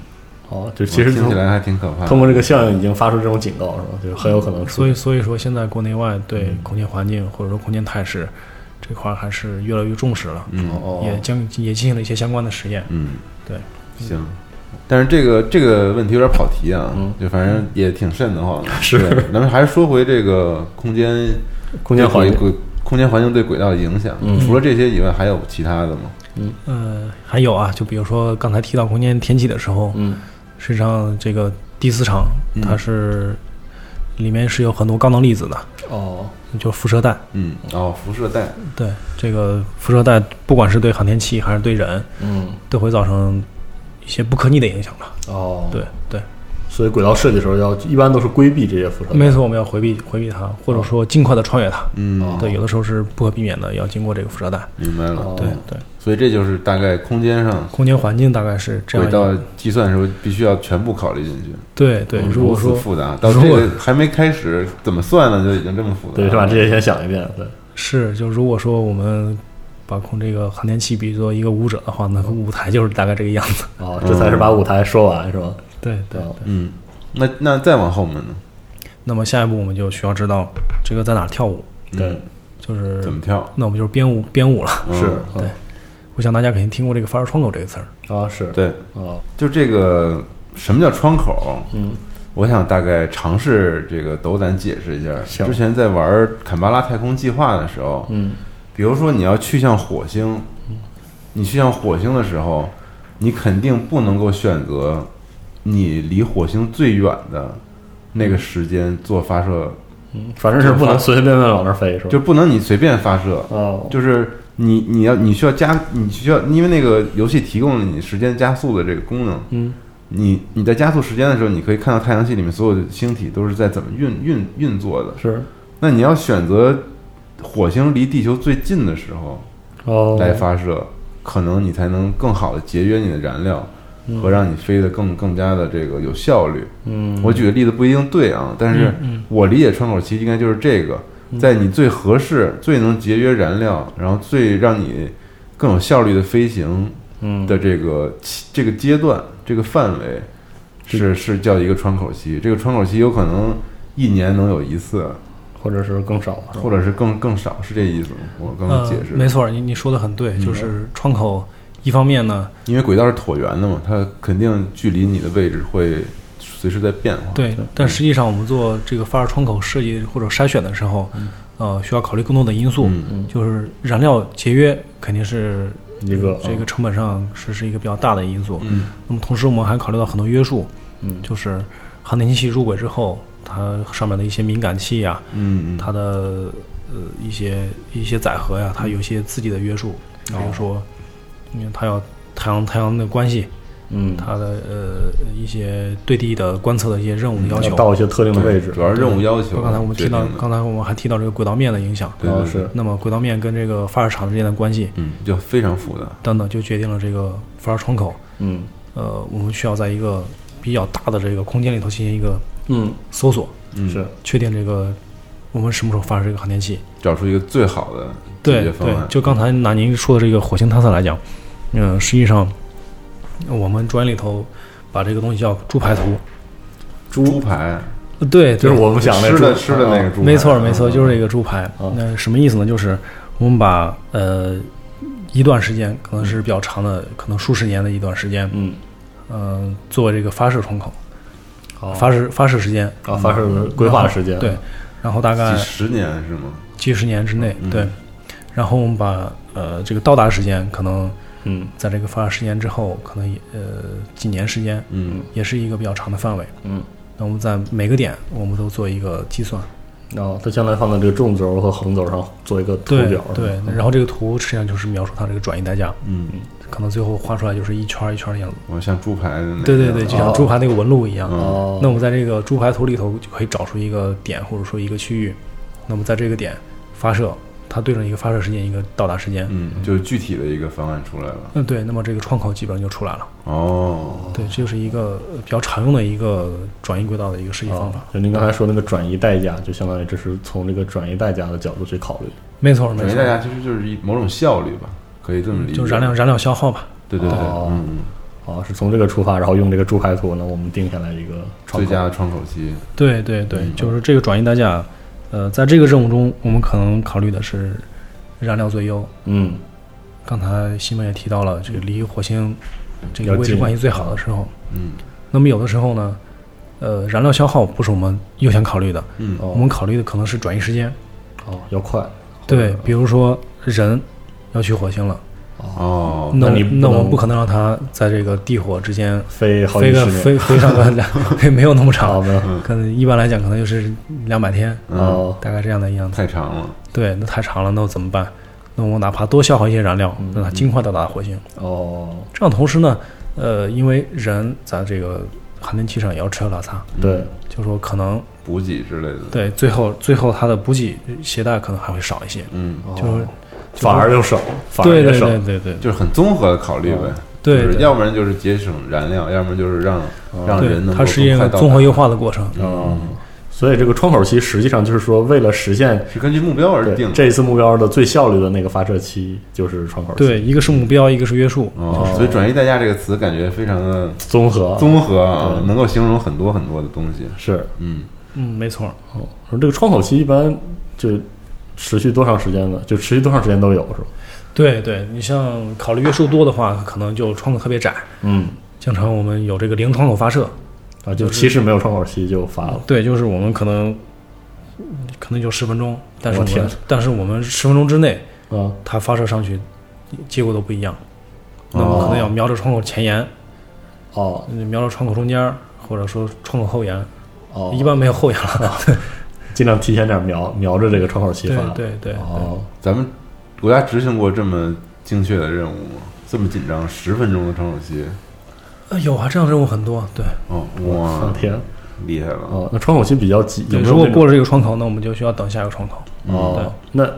B: 哦，就其实
A: 听
B: 通
A: 起来还挺可怕的。
B: 通过这个效应已经发出这种警告是吧？就是很有可能出
C: 所以所以说现在国内外对
A: 嗯
C: 空间环境或者说空间态势这块儿还是越来越重视了，
A: 嗯
B: 哦
C: 也将也进行了一些相关的实验，
A: 嗯，
C: 对，
A: 行。嗯但是这个这个问题有点跑题啊，
B: 嗯
A: 就反正也挺瘆得慌的。
B: 是
A: 对，咱们还是说回这个空间
B: 空间环
A: 对
B: 境嗯
A: 轨轨空间环境对轨道的影响。除了这些以外，还有其他的吗？
C: 呃，还有啊，就比如说刚才提到空间天气的时候，
B: 嗯
C: 实际上这个第四场
A: 嗯
C: 它是里面是有很多高能粒子的，
B: 哦
C: 就是辐射带。
A: 嗯，哦，辐射带，
C: 对，这个辐射带不管是对航天器还是对人，
B: 嗯
C: 都会造成一些不可逆的影响吧。
B: 哦，
C: 对，对，
B: 所以轨道设计的时候要一般都是规避这些辐射，
C: 没错，我们要回避回避
B: 哦
C: 它，或者说尽快的穿越它。
A: 嗯，
C: 对，有的时候是不可避免的，要经过这个辐射带。
A: 明白了。
B: 哦
C: 对对，
A: 所以这就是大概空间上
C: 空间环境大概是这样
A: 轨
C: 一
A: 道
C: 个。
A: 计算的时候必须要全部考虑进去。
C: 对对，
A: 嗯
C: 如果
A: 此
C: 说
A: 复杂，到
C: 如
A: 这
C: 果
A: 个还没开始怎么算呢，就已经这么复杂了。
B: 对，是吧？这些先想一遍，对，
C: 是，就如果说我们把控这个航天器比作一个舞者的话，那个舞台就是大概这个样子。
B: 哦，这才是把舞台说完是吧？哦
C: 对
B: 对，
A: 嗯，那那再往后面呢？
C: 那么下一步我们就需要知道这个在哪儿跳舞，
B: 对，
C: 就是
A: 怎么跳？
C: 那我们就是编舞编舞了。
B: 是
A: 嗯，
B: 对
C: 我想大家肯定听过这个“发射窗口”这个词儿。
B: 啊是，
A: 对，
B: 哦
A: 就这个什么叫窗口？
B: 嗯，
A: 我想大概尝试这个斗胆解释一下。
B: 行
A: 之前在玩坎巴拉太空计划的时候，
B: 嗯
A: 比如说你要去向火星，你去向火星的时候，你肯定不能够选择你离火星最远的那个时间做发射，
B: 嗯，反正是不能随随便便往那儿飞是吧？
A: 就不能你随便发射，
B: 哦
A: 就是你你要你需要加你需要，因为那个游戏提供了你时间加速的这个功能，
B: 嗯，
A: 你你在加速时间的时候，你可以看到太阳系里面所有的星体都是在怎么运运运作的。
B: 是
A: 那你要选择火星离地球最近的时候
B: 哦
A: 来发射，可能你才能更好的节约你的燃料。和让你飞得更更加的这个有效率。
B: 嗯
A: 我举的例子不一定对啊，但是
C: 嗯
A: 我理解窗口期应该就是这个，在你最合适、最能节约燃料，然后最让你更有效率的飞行
B: 嗯
A: 的这个期这个阶段、这个范围，是是叫一个窗口期。这个窗口期有可能一年能有一次，
B: 或者是更少是吧
A: 或者是更更少，是这意思吗？我刚刚
C: 呃
A: 解，释，嗯
C: 没错，你你说的很对，就是窗口。一方面呢，
A: 因为轨道是椭圆的嘛，它肯定距离你的位置会随时在变化。
C: 对，但实际上我们做这个发射窗口设计或者筛选的时候，呃，需要考虑更多的因素，
A: 嗯
C: 就是燃料节约肯定是
B: 一个
C: 这个成本上是是一个比较大的因素。
A: 嗯
C: 那么同时我们还考虑到很多约束，
B: 嗯
C: 就是航天器入轨之后，它上面的一些敏感器呀，
A: 嗯，嗯
C: 它的呃一些一些载荷呀，它有一些自己的约束，比如说，因为它要太阳太阳的关系，
B: 嗯
C: 它的呃一些对地的观测的一些任务的要求。
B: 到一些特定的位置
A: 主要是任务要求。
C: 刚才我们提到
A: 啊决定，的
C: 刚才我们还提到这个轨道面的影响，
A: 对
B: 哦
A: 对对
B: 是
C: 那么轨道面跟这个发射场之间的关系
A: 嗯，就非常复杂。
C: 等等，就决定了这个发射窗口。
B: 嗯
C: 呃，我们需要在一个比较大的这个空间里头进行一个
B: 嗯
C: 搜索，
A: 嗯，
B: 是
C: 确定这个我们什么时候发射这个航天器。
A: 找出一个最好的解
C: 对
A: 决方
C: 对
A: 案。，
C: 就刚才拿您说的这个火星探测来讲，嗯、实际上我们专业里头把这个东西叫猪排图。
A: 猪排，
C: 呃对，
B: 就是
C: 对
B: 我们想那啊
A: 吃的
B: 猪
A: 吃的那个猪排，哦
C: 没错，没错，就是
A: 这
C: 这个猪啊排
B: 嗯。
C: 那什么意思呢？就是我们把呃一段时间，可能是比较长的，可能数十年的一段时间，
B: 嗯，
C: 嗯，做这个发射窗口、
B: 好
C: 发射发射时间，
B: 啊哦发射的规划时间，
C: 对，然后大概
A: 几十年是吗？
C: 几十年之内，
B: 嗯
C: 对。然后我们把呃这个到达时间，可能
B: 嗯
C: 在这个发射时间之后，可能也呃几年时间，
A: 嗯，
C: 也是一个比较长的范围。
B: 嗯，
C: 那我们在每个点，我们都做一个计算。
B: 然后它将啊来放在这个纵轴和横轴上做一个图
C: 对
B: 表，
C: 对，然后这个图实际上就是描述它这个转移代价，
A: 嗯，
C: 可能最后画出来就是一圈儿一圈儿的样子。
A: 我像猪排的那个，哦
C: 对对对，就像猪排那个纹路一样。
A: 嗯
B: 哦，
C: 那我们在这个猪排图里头就可以找出一个点或者说一个区域，那么在这个点发射，它对应一个发射时间一个到达时间。
A: 嗯，就是具体的一个方案出来了。
C: 嗯，对，那么这个窗口基本上就出来了。
A: 哦，
C: 对，这就是一个呃比较常用的一个转移轨道的一个设计方法。
B: 哦就您刚才说那个转移代价，就相当于这是从这个转移代价的角度去考虑。
C: 没错，没
A: 转移
C: 错
A: 代，价其实就是一某种效率吧，可以这么理解。
C: 就燃料，燃料消耗吧。
A: 对对对，
B: 哦
A: 嗯，嗯
B: 啊，是从这个出发，然后用这个猪排图呢，我们定下来一个窗
A: 最
B: 口。
A: 佳的窗口期，
C: 对对对，
A: 嗯
C: 就是这个转移代价，呃，在这个任务中，我们可能考虑的是燃料最优。
B: 嗯，
C: 刚才西蒙也提到了，这个离火星这个
B: 要
C: 位置
B: 近
C: 关系最好的时候，
A: 嗯
C: 那么有的时候呢，呃，燃料消耗不是我们优先考虑的，
A: 嗯
B: 哦
C: 我们考虑的可能是转移时间。
B: 哦，要快。
C: 对，比如说人要去火星了，
A: 哦，
C: 那
B: 那你
C: 我
B: 不
C: 那我们
B: 能
C: 不可能让他在这个地火之间
B: 飞好几
C: 飞个
B: 十年，
C: 飞飞上个两， 飞没有那么
B: 好
C: 长，
B: 的，
C: 可能一般来讲可能就是两百天，
A: 嗯，
B: 哦，
C: 大概这样的一样子。
A: 太长了，
C: 对，那太长了，那我怎么办？那我哪怕多消耗一些燃料，
A: 嗯
C: 让它尽快到达火星。
B: 哦，
C: 这样同时呢，呃，因为人在这个航天器上也要吃喝拉撒，
A: 嗯
B: 对，
C: 就说可能
A: 补给之类的，
C: 对最后最后它的补给携带可能还会少一些，
A: 嗯，
B: 哦
C: 就是
B: 反而就省，反而
C: 对
B: 也
C: 对
B: 省。
C: 对对对
A: 就是很综合的考虑呗。
C: 哦对
A: 就是
C: 对哦
A: 要不然就是节省燃料，要不然就是让让人
C: 对，
A: 能
C: 它
A: 够
C: 是一
A: 更快
C: 个
A: 到达
C: 综合优化的过程。
A: 嗯，
B: 所以这个窗口期实际上就是说，为了实现
A: 是根据目标而定
B: 对
A: 的。
B: 这一次目标的最效率的那个发射期，就是窗口期。，
C: 对，一
A: 嗯
C: 个是目标，一个是约束。
A: 哦，所以“转移代价”这个词感觉非常的
B: 综合
A: 综合啊，
B: 呃对
A: 能够形容很多很多的东西。
B: 是。
A: 嗯，
C: 嗯，没错。
B: 哦，说这个窗口期一般就持续多长时间呢？就持续多长时间都有是吧？
C: 对对，你像考虑约束多的话，可能就窗口特别窄。
B: 嗯，
C: 经常我们有这个零窗口发射，
B: 啊，就其实没有窗口期就发了。
C: 对，就是我们可能可能就十分钟，但是
B: 我
C: 我们
B: 天
C: 但是我们十分钟之内
B: 啊，
C: 它发射上去，结果都不一样。那
B: 嗯
C: 么可能要瞄着窗口前沿，
B: 哦
C: 瞄着窗口中间，或者说窗口后沿，
B: 哦，
C: 一般没有后沿 了。
B: 尽量提前点瞄瞄着这个窗口期
C: 对
B: 发。
C: 对对，
B: 哦，
A: 咱们国家执行过这么精确的任务吗？这么紧张，十分钟的窗口期，
C: 呃有啊，这样任务很多。对
A: 哦，
B: 上
A: 哇，
B: 天
A: 厉害了！
B: 哦，那窗口期比较急，有
C: 对，
B: 没
C: 如
B: 有
C: 果
B: 那种
C: 过了这个窗口，那我们就需要等下一个窗口。
B: 哦，那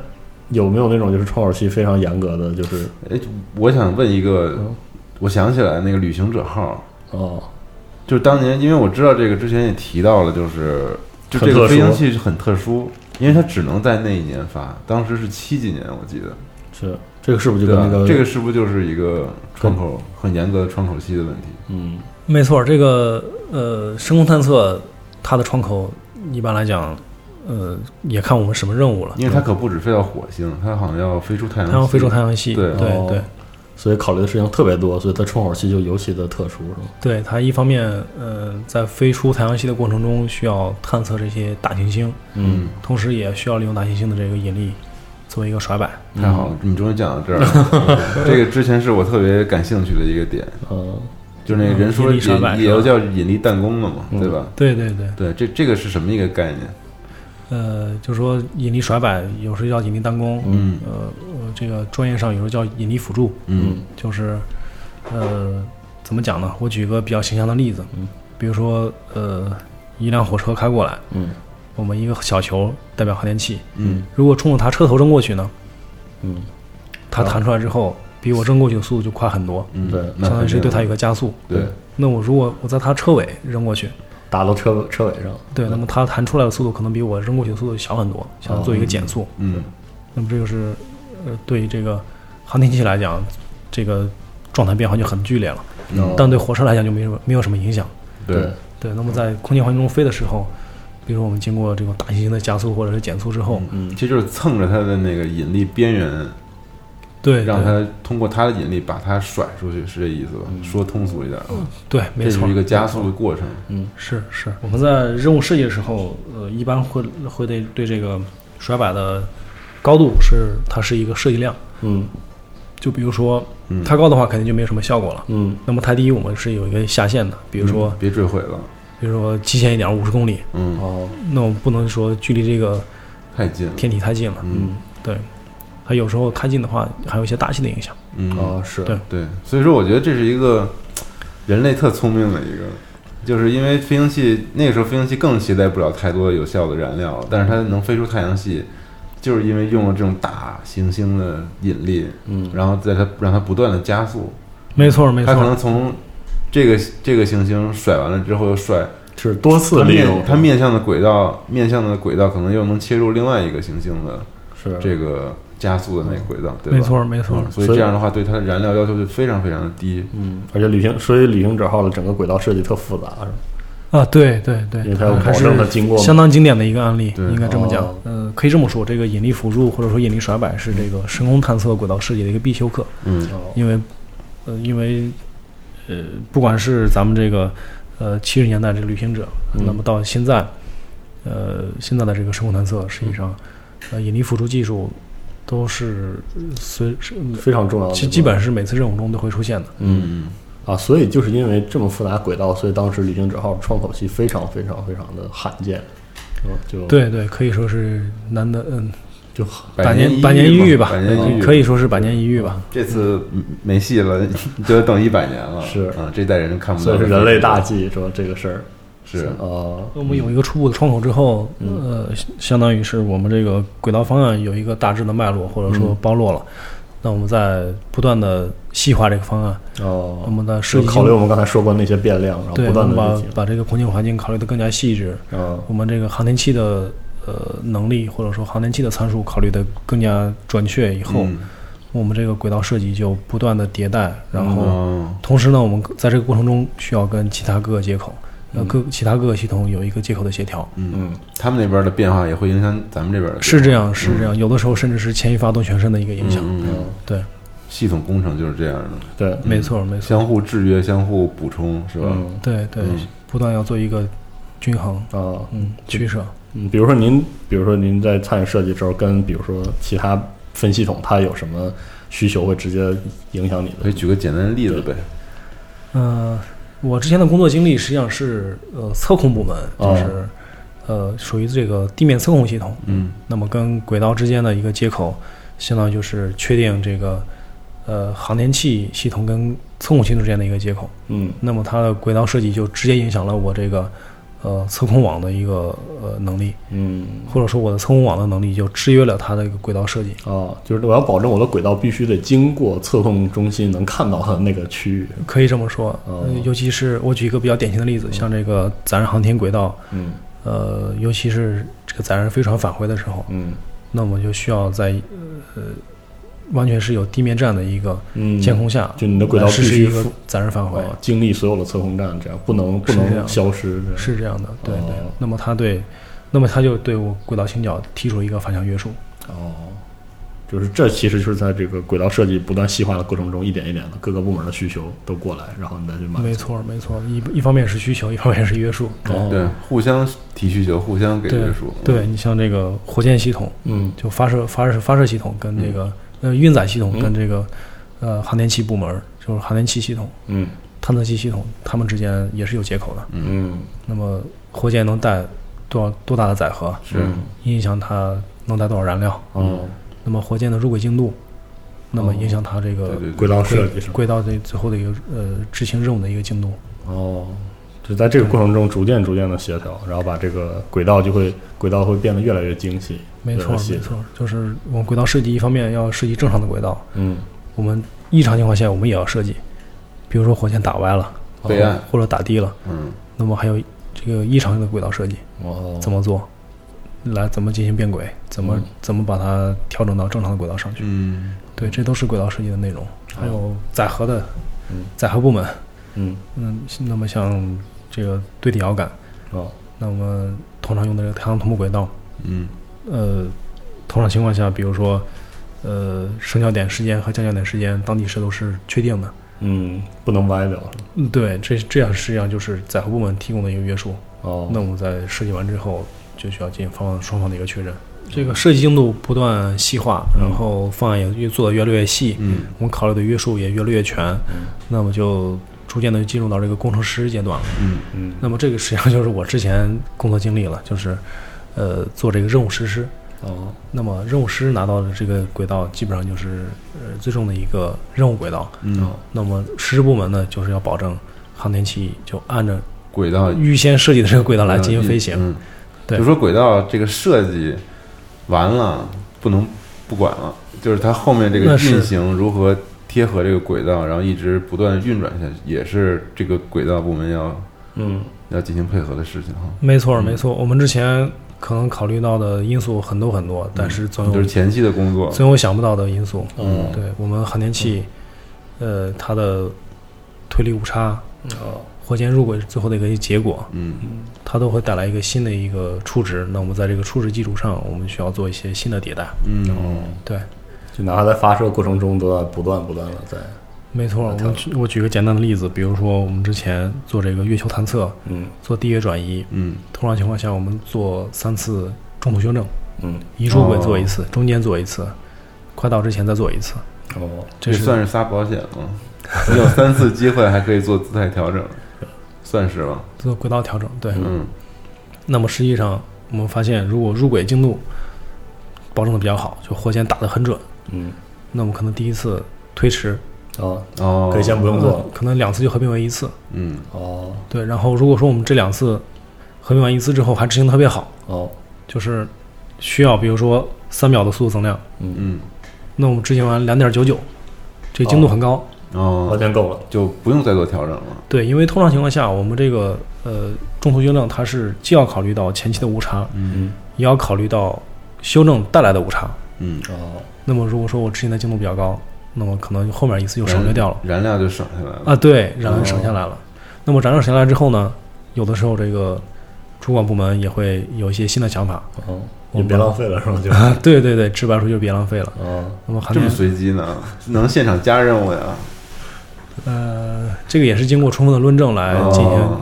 B: 有没有那种就是窗口期非常严格的，就是
A: 哎，我想问一个
B: 嗯，
A: 我想起来那个旅行者号，
B: 哦
A: 就是当年，因为我知道这个之前也提到了，就是就这
B: 很特
A: 个
B: 殊
A: 飞行器是很特殊，因为它只能在那一年发，当时是七几年，我记得。
B: 是这个是不是就
A: 对吧
B: 跟那个
A: 这个是不是就是一个窗口很严格的窗口期的问题？
B: 嗯
C: 没错，这个呃，深空探测它的窗口一般来讲，呃，也看我们什么任务了。
B: 嗯
A: 因为它可不止飞到火星，它好像要飞出太阳
C: 太
A: 系，
C: 阳飞出太阳系，
A: 对
C: 对
B: 哦
C: 对
B: 所以考虑的事情特别多，所以它窗口期就尤其的特殊，是吗？
C: 对，它一方面，呃，在飞出太阳系的过程中，需要探测这些大行星，
A: 嗯，
C: 同时也需要利用大行星的这个引力作为一个甩摆。
A: 太好了，
C: 嗯
A: 你终于讲到这儿 了。这个之前是我特别感兴趣的一个点，
B: 嗯，
A: 就是那个人说
C: 引力甩摆
A: 也也
C: 是吧嗯
A: 要叫引力弹弓了嘛，对吧？
C: 对对对，
A: 对，这这个是什么一个概念？
C: 呃，就说引力甩摆，有时叫引力弹弓，
A: 嗯
C: 呃，呃这个专业上有时候叫引力辅助，
A: 嗯
C: 就是，呃，怎么讲呢？我举一个比较形象的例子，比如说，呃，一辆火车开过来，
B: 嗯，
C: 我们一个小球代表航天器，
A: 嗯，
C: 如果冲着它车头扔过去呢，
B: 嗯，
C: 它弹出来之后，比我扔过去的速度就快很多，
A: 嗯
B: 对
A: 那
C: 相当于是对它有
A: 肯定
C: 个加速。
A: 对
C: 那我如果我在它车尾扔过去，
B: 打到车车尾上，
C: 对，那么它弹出来的速度可能比我扔过去的速度小很多，相当于做一个减速。
A: 哦嗯
C: 那么这就是，呃，对于这个航天器来讲，这个状态变化就很剧烈了。
A: 哦
B: 嗯
C: 但对火车来讲就没什么没有什么影响。
B: 对，
C: 对，那么在空间环境中飞的时候，比如我们经过这种大行星的加速或者是减速之后，
B: 嗯
A: 这就是蹭着它的那个引力边缘，
C: 对，
A: 让
C: 对
A: 它通过它的引力把它甩出去，是这意思吧？说通俗一点，啊
C: 对，嗯没
A: 这
C: 错
A: 是一，个加速的过程。
B: 嗯
C: 是是，我们在任务设计的时候，呃，一般会会对对这个甩摆的高度是它是一个设计量，
B: 嗯
C: 就比如说
A: 嗯，
C: 太高的话肯定就没有什么效果了。
B: 嗯
C: 那么太低我们是有一个下限的，比如说
A: 嗯别坠毁了，
C: 比如说极限一点五十公里，
A: 嗯，
B: 哦
C: 那我们不能说距离这个
A: 太近了，
C: 天体太近了，
A: 嗯
B: 嗯
C: 对，它有时候太近的话还有一些大气的影响。
A: 嗯，
B: 哦是
C: 对
A: 对，所以说我觉得这是一个人类特聪明的一个，就是因为飞行器那个时候飞行器更携带不了太多有效的燃料，但是它能飞出太阳系，就是因为用了这种大行星的引力，
B: 嗯
A: 然后在它让它不断的加速，
C: 没错没
A: 它可
C: 错，
A: 能从这个这个行星甩完了之后又甩，
B: 是多次
A: 它
B: 利用
A: 面它面向的轨道面向的轨道可能又能切入另外一个行星的
B: 是
A: 这个加速的那个轨道，对吧？
C: 没错没错
A: 嗯，所以这样的话，对它的燃料要求就非常非常的低。
B: 嗯，而且旅行，所以旅行者号的整个轨道设计特复杂，是吧？
A: 嗯
C: 啊，对对对，
B: 因为它要保
C: 还是
B: 证它经过
C: 相当经典的一个案例，
A: 对
C: 应该这么讲
B: 哦。
C: 呃，可以这么说，这个引力辅助或者说引力甩摆是这个深空探测轨道设计的一个必修课，
A: 嗯
B: 哦
C: 因为，呃，因为，呃，不管是咱们这个，呃，七十年代这个旅行者，
B: 嗯
C: 那么到现在，呃，现在的这个深空探
B: 嗯
C: 测，实际上，呃，引力辅助技术都是呃随是
B: 非常重要的一
C: 基
B: 个，
C: 基本是每次任务中都会出现的。
B: 嗯啊，所以就是因为这么复杂轨道，所以当时旅行者号的窗口期非常非常非常的罕见，嗯就
C: 对对，可以说是难得，嗯，
B: 就
A: 百
C: 百
A: 年
C: 年百年一遇嗯
A: 吧，百年一遇
C: 可以说是百年一遇吧。
A: 这次没戏了， 你就得等一百年了。
B: 是
A: 啊，这代人看不到
B: 所
A: 了。
B: 以是人类大忌，说这个事儿
A: 是
B: 呃
C: 我们有一个初步的窗口之后，
B: 嗯
C: 呃，相当于是我们这个轨道方案有一个大致的脉络或者说
B: 嗯
C: 包络了。那我们在不断的细化这个方案，嗯我
B: 哦，
C: 们的设
B: 就
C: 计
B: 考虑我们刚才说过那些变量，然后
C: 对，
B: 不
C: 我
B: 断
C: 们
B: 的
C: 把把这个空间环境考虑的更加细致，
B: 嗯
C: 我们这个航天器的呃能力或者说航天器的参数考虑的更加准确以后，
A: 嗯
C: 我们这个轨道设计就不断的迭代，然后
A: 哦，
C: 同时呢，我们在这个过程中需要跟其他各个接口，呃，各其他各个系统有一个接口的协调。
A: 嗯，
B: 嗯
A: 他们那边的变化也会影响咱们这边的。
C: 是这样，是
A: 嗯
C: 这样，有的时候甚至是牵一发动全身的一个影响。
A: 嗯，嗯嗯
B: 嗯，
C: 对，
A: 系统工程就是这样的，
B: 对，
C: 没错，没错，
A: 相互制约、相互补充，是吧？
B: 嗯
C: 对对
A: 嗯，
C: 不断要做一个均衡，
B: 啊。
C: 嗯，取舍。
B: 嗯，比如说您，比如说您在参与设计的时候，跟比如说其他分系统，它有什么需求会直接影响你
A: 可以
B: 的？
A: 举个简单的例子呗。
C: 嗯，我之前的工作经历实际上是呃测控部门，
B: 哦
C: 就是呃属于这个地面测控系统，
A: 嗯
C: 那么跟轨道之间的一个接口，相当于就是确定这个呃航天器系统跟测控系统之间的一个接口。
B: 嗯
C: 那么它的轨道设计就直接影响了我这个呃测控网的一个呃能力，
B: 嗯，
C: 或者说我的测控网的能力就制约了它的一个轨道设计。
B: 哦，就是我要保证我的轨道必须得经过测控中心能看到它的那个区域。
C: 可以这么说，
B: 哦
C: 呃尤其是我举一个比较典型的例子，像这个载人航天轨道，
B: 嗯
C: 呃，尤其是这个载人飞船返回的时候，
B: 嗯
C: 那我就需要在呃完全是有地面站的一个
B: 嗯，
C: 监控下，
B: 就你的轨道
C: 来实
B: 必
C: 施
B: 须
C: 一个
B: 覆
C: 载人返回，
B: 哦，经历所有的测控站，这样不能不
C: 是这样
B: 能
C: 的
B: 消失。这样
C: 是这样的，对对
B: 哦。
C: 那么它对，那么它就对我轨道倾角提出一个反向约束。
B: 哦，就是这其实就是在这个轨道设计不断细化的过程中，一点一点的各个部门的需求都过来，然后你再去满足。
C: 没错，没错，一一方面是需求，一方面是约束。
B: 哦
A: 嗯对，互相提需求，互相给
C: 对
A: 约束。
C: 对你像这个火箭系统，
B: 嗯
C: 就发射发射发射系统跟这个、呃运载系
B: 嗯
C: 统跟这个、呃航天器部门，就是航天器系统、
B: 嗯
C: 探测器系统，它们之间也是有接口的。
B: 嗯，
C: 那么火箭能带多少多大的载荷，
A: 是
B: 嗯
C: 影响它能带多少燃料。
B: 哦，
C: 那么火箭的入轨精度，那么影响它这个
A: 对哦对对
B: 轨道设计
C: 轨
B: 是吧
C: 轨道的最后的一个呃执行任务的一个精度。
B: 哦，就在这个过程中逐渐逐渐的协调，然后把这个轨道就会轨道会变得越来越精细，
C: 没错，
B: 越来越细
C: 没。错，就是我们轨道设计一方面要设计正常的轨道，
B: 嗯，
C: 我们异常情况下我们也要设计，比如说火箭打歪了，
A: 备案
C: 或者打低了，
A: 嗯
C: 那么还有这个异常的轨道设计
B: 哦，
C: 怎么做，来怎么进行变轨，怎么、怎么把它调整到正常的轨道上去，
A: 嗯
C: 对，这都是轨道设计的内容，还有载荷的载荷部门，
B: 嗯，
C: 嗯，那么像这个对地遥感，
B: 哦，
C: 那我们通常用的这个太阳同步轨道，
A: 嗯
C: 呃，通常情况下，比如说，呃，升降点时间和降降点时间，当地是都是确定的。
B: 嗯，不能歪掉。
C: 嗯，对，这这样实际上就是载荷部门提供的一个约束。
B: 哦，
C: 那我们在设计完之后，就需要进行方双方的一个确认。这个设计精度不断细化，然后方案也越做得越来越细，
A: 嗯
C: 我们考虑的约束也越来越全，
B: 嗯
C: 那么就逐渐的进入到这个工程师阶段了。
A: 嗯
B: 嗯
C: 那么这个实际上就是我之前工作经历了，就是呃做这个任务实施。
B: 哦
C: 那么任务师拿到的这个轨道，基本上就是呃最终的一个任务轨道。
A: 嗯，
C: 那么实施部门呢，就是要保证航天器就按照
A: 轨道
C: 预先设计的这个轨道来进行飞行。
A: 嗯，
C: 对
A: 就说轨道这个设计完了，不能不管了，就是它后面这个
C: 那是
A: 运行如何贴合这个轨道，然后一直不断运转下去，也是这个轨道部门要
B: 嗯
A: 要进行配合的事情哈。
C: 没错，
A: 嗯
C: 没错。我们之前可能考虑到的因素很多很多，但是总
A: 就是
C: 有
A: 前期的工作，
C: 总有想不到的因素。
B: 哦
C: 对我们航天器，呃，它的推力误差、
B: 哦
C: 火箭入轨最后的一个结果，
A: 嗯
C: 它都会带来一个新的一个初值。那我们在这个初值基础上，我们需要做一些新的迭代。
A: 嗯，
B: 哦，
C: 对，
B: 就哪怕在发射过程中都要不断不断的在
C: 没
B: 那
C: 错。我
B: 挺
C: 们举我举个简单的例子，比如说我们之前做这个月球探测，
B: 嗯
C: 做地月转移，
A: 嗯
C: 通常情况下我们做三次中途修正，
B: 嗯
C: 移出轨做一
A: 哦
C: 次，中间做一次，快到之前再做一次。
B: 哦
C: 这是
A: 算是仨保险 吗？你有三次机会还可以做姿态调整，算是吧。
C: 做轨道调整。对，
A: 嗯
C: 那么实际上我们发现，如果入轨精度保证的比较好，就火箭打得很准，
B: 嗯
C: 那我们可能第一次推迟，
B: 哦，
A: 哦，
B: 可以先不用做了
C: 可能两次就合并为一次。
A: 嗯
B: 哦
C: 对，然后如果说我们这两次合并完一次之后还执行得特别好，
B: 哦
C: 就是需要比如说三秒的速度增量，
A: 嗯
C: 那我们执行完两点九九，这精度很高。
B: 完
A: 哦，
B: 全够了。
A: 就不用再做调整了。
C: 对，因为通常情况下，我们这个呃中途修正它是既要考虑到前期的误差，
B: 嗯
C: 也要考虑到修正带来的误差。
A: 嗯，
B: 哦
C: 那么如果说我执行的精度比较高，那么可能后面一次就省略掉了
A: 燃料就省下来了。
C: 啊。对，燃料省下来了。那么燃料省下来之后呢，有的时候这个主管部门也会有一些新的想法。
B: 哦，也
C: 我们
B: 别浪费了是吧？ 就
C: 啊，对对对，直白说就是别浪费了。
B: 哦
C: 那么
A: 嗯
C: 还
A: 这么随机呢？能现场加任务呀？
C: 呃，这个也是经过充分的论证来哎进行
A: 哦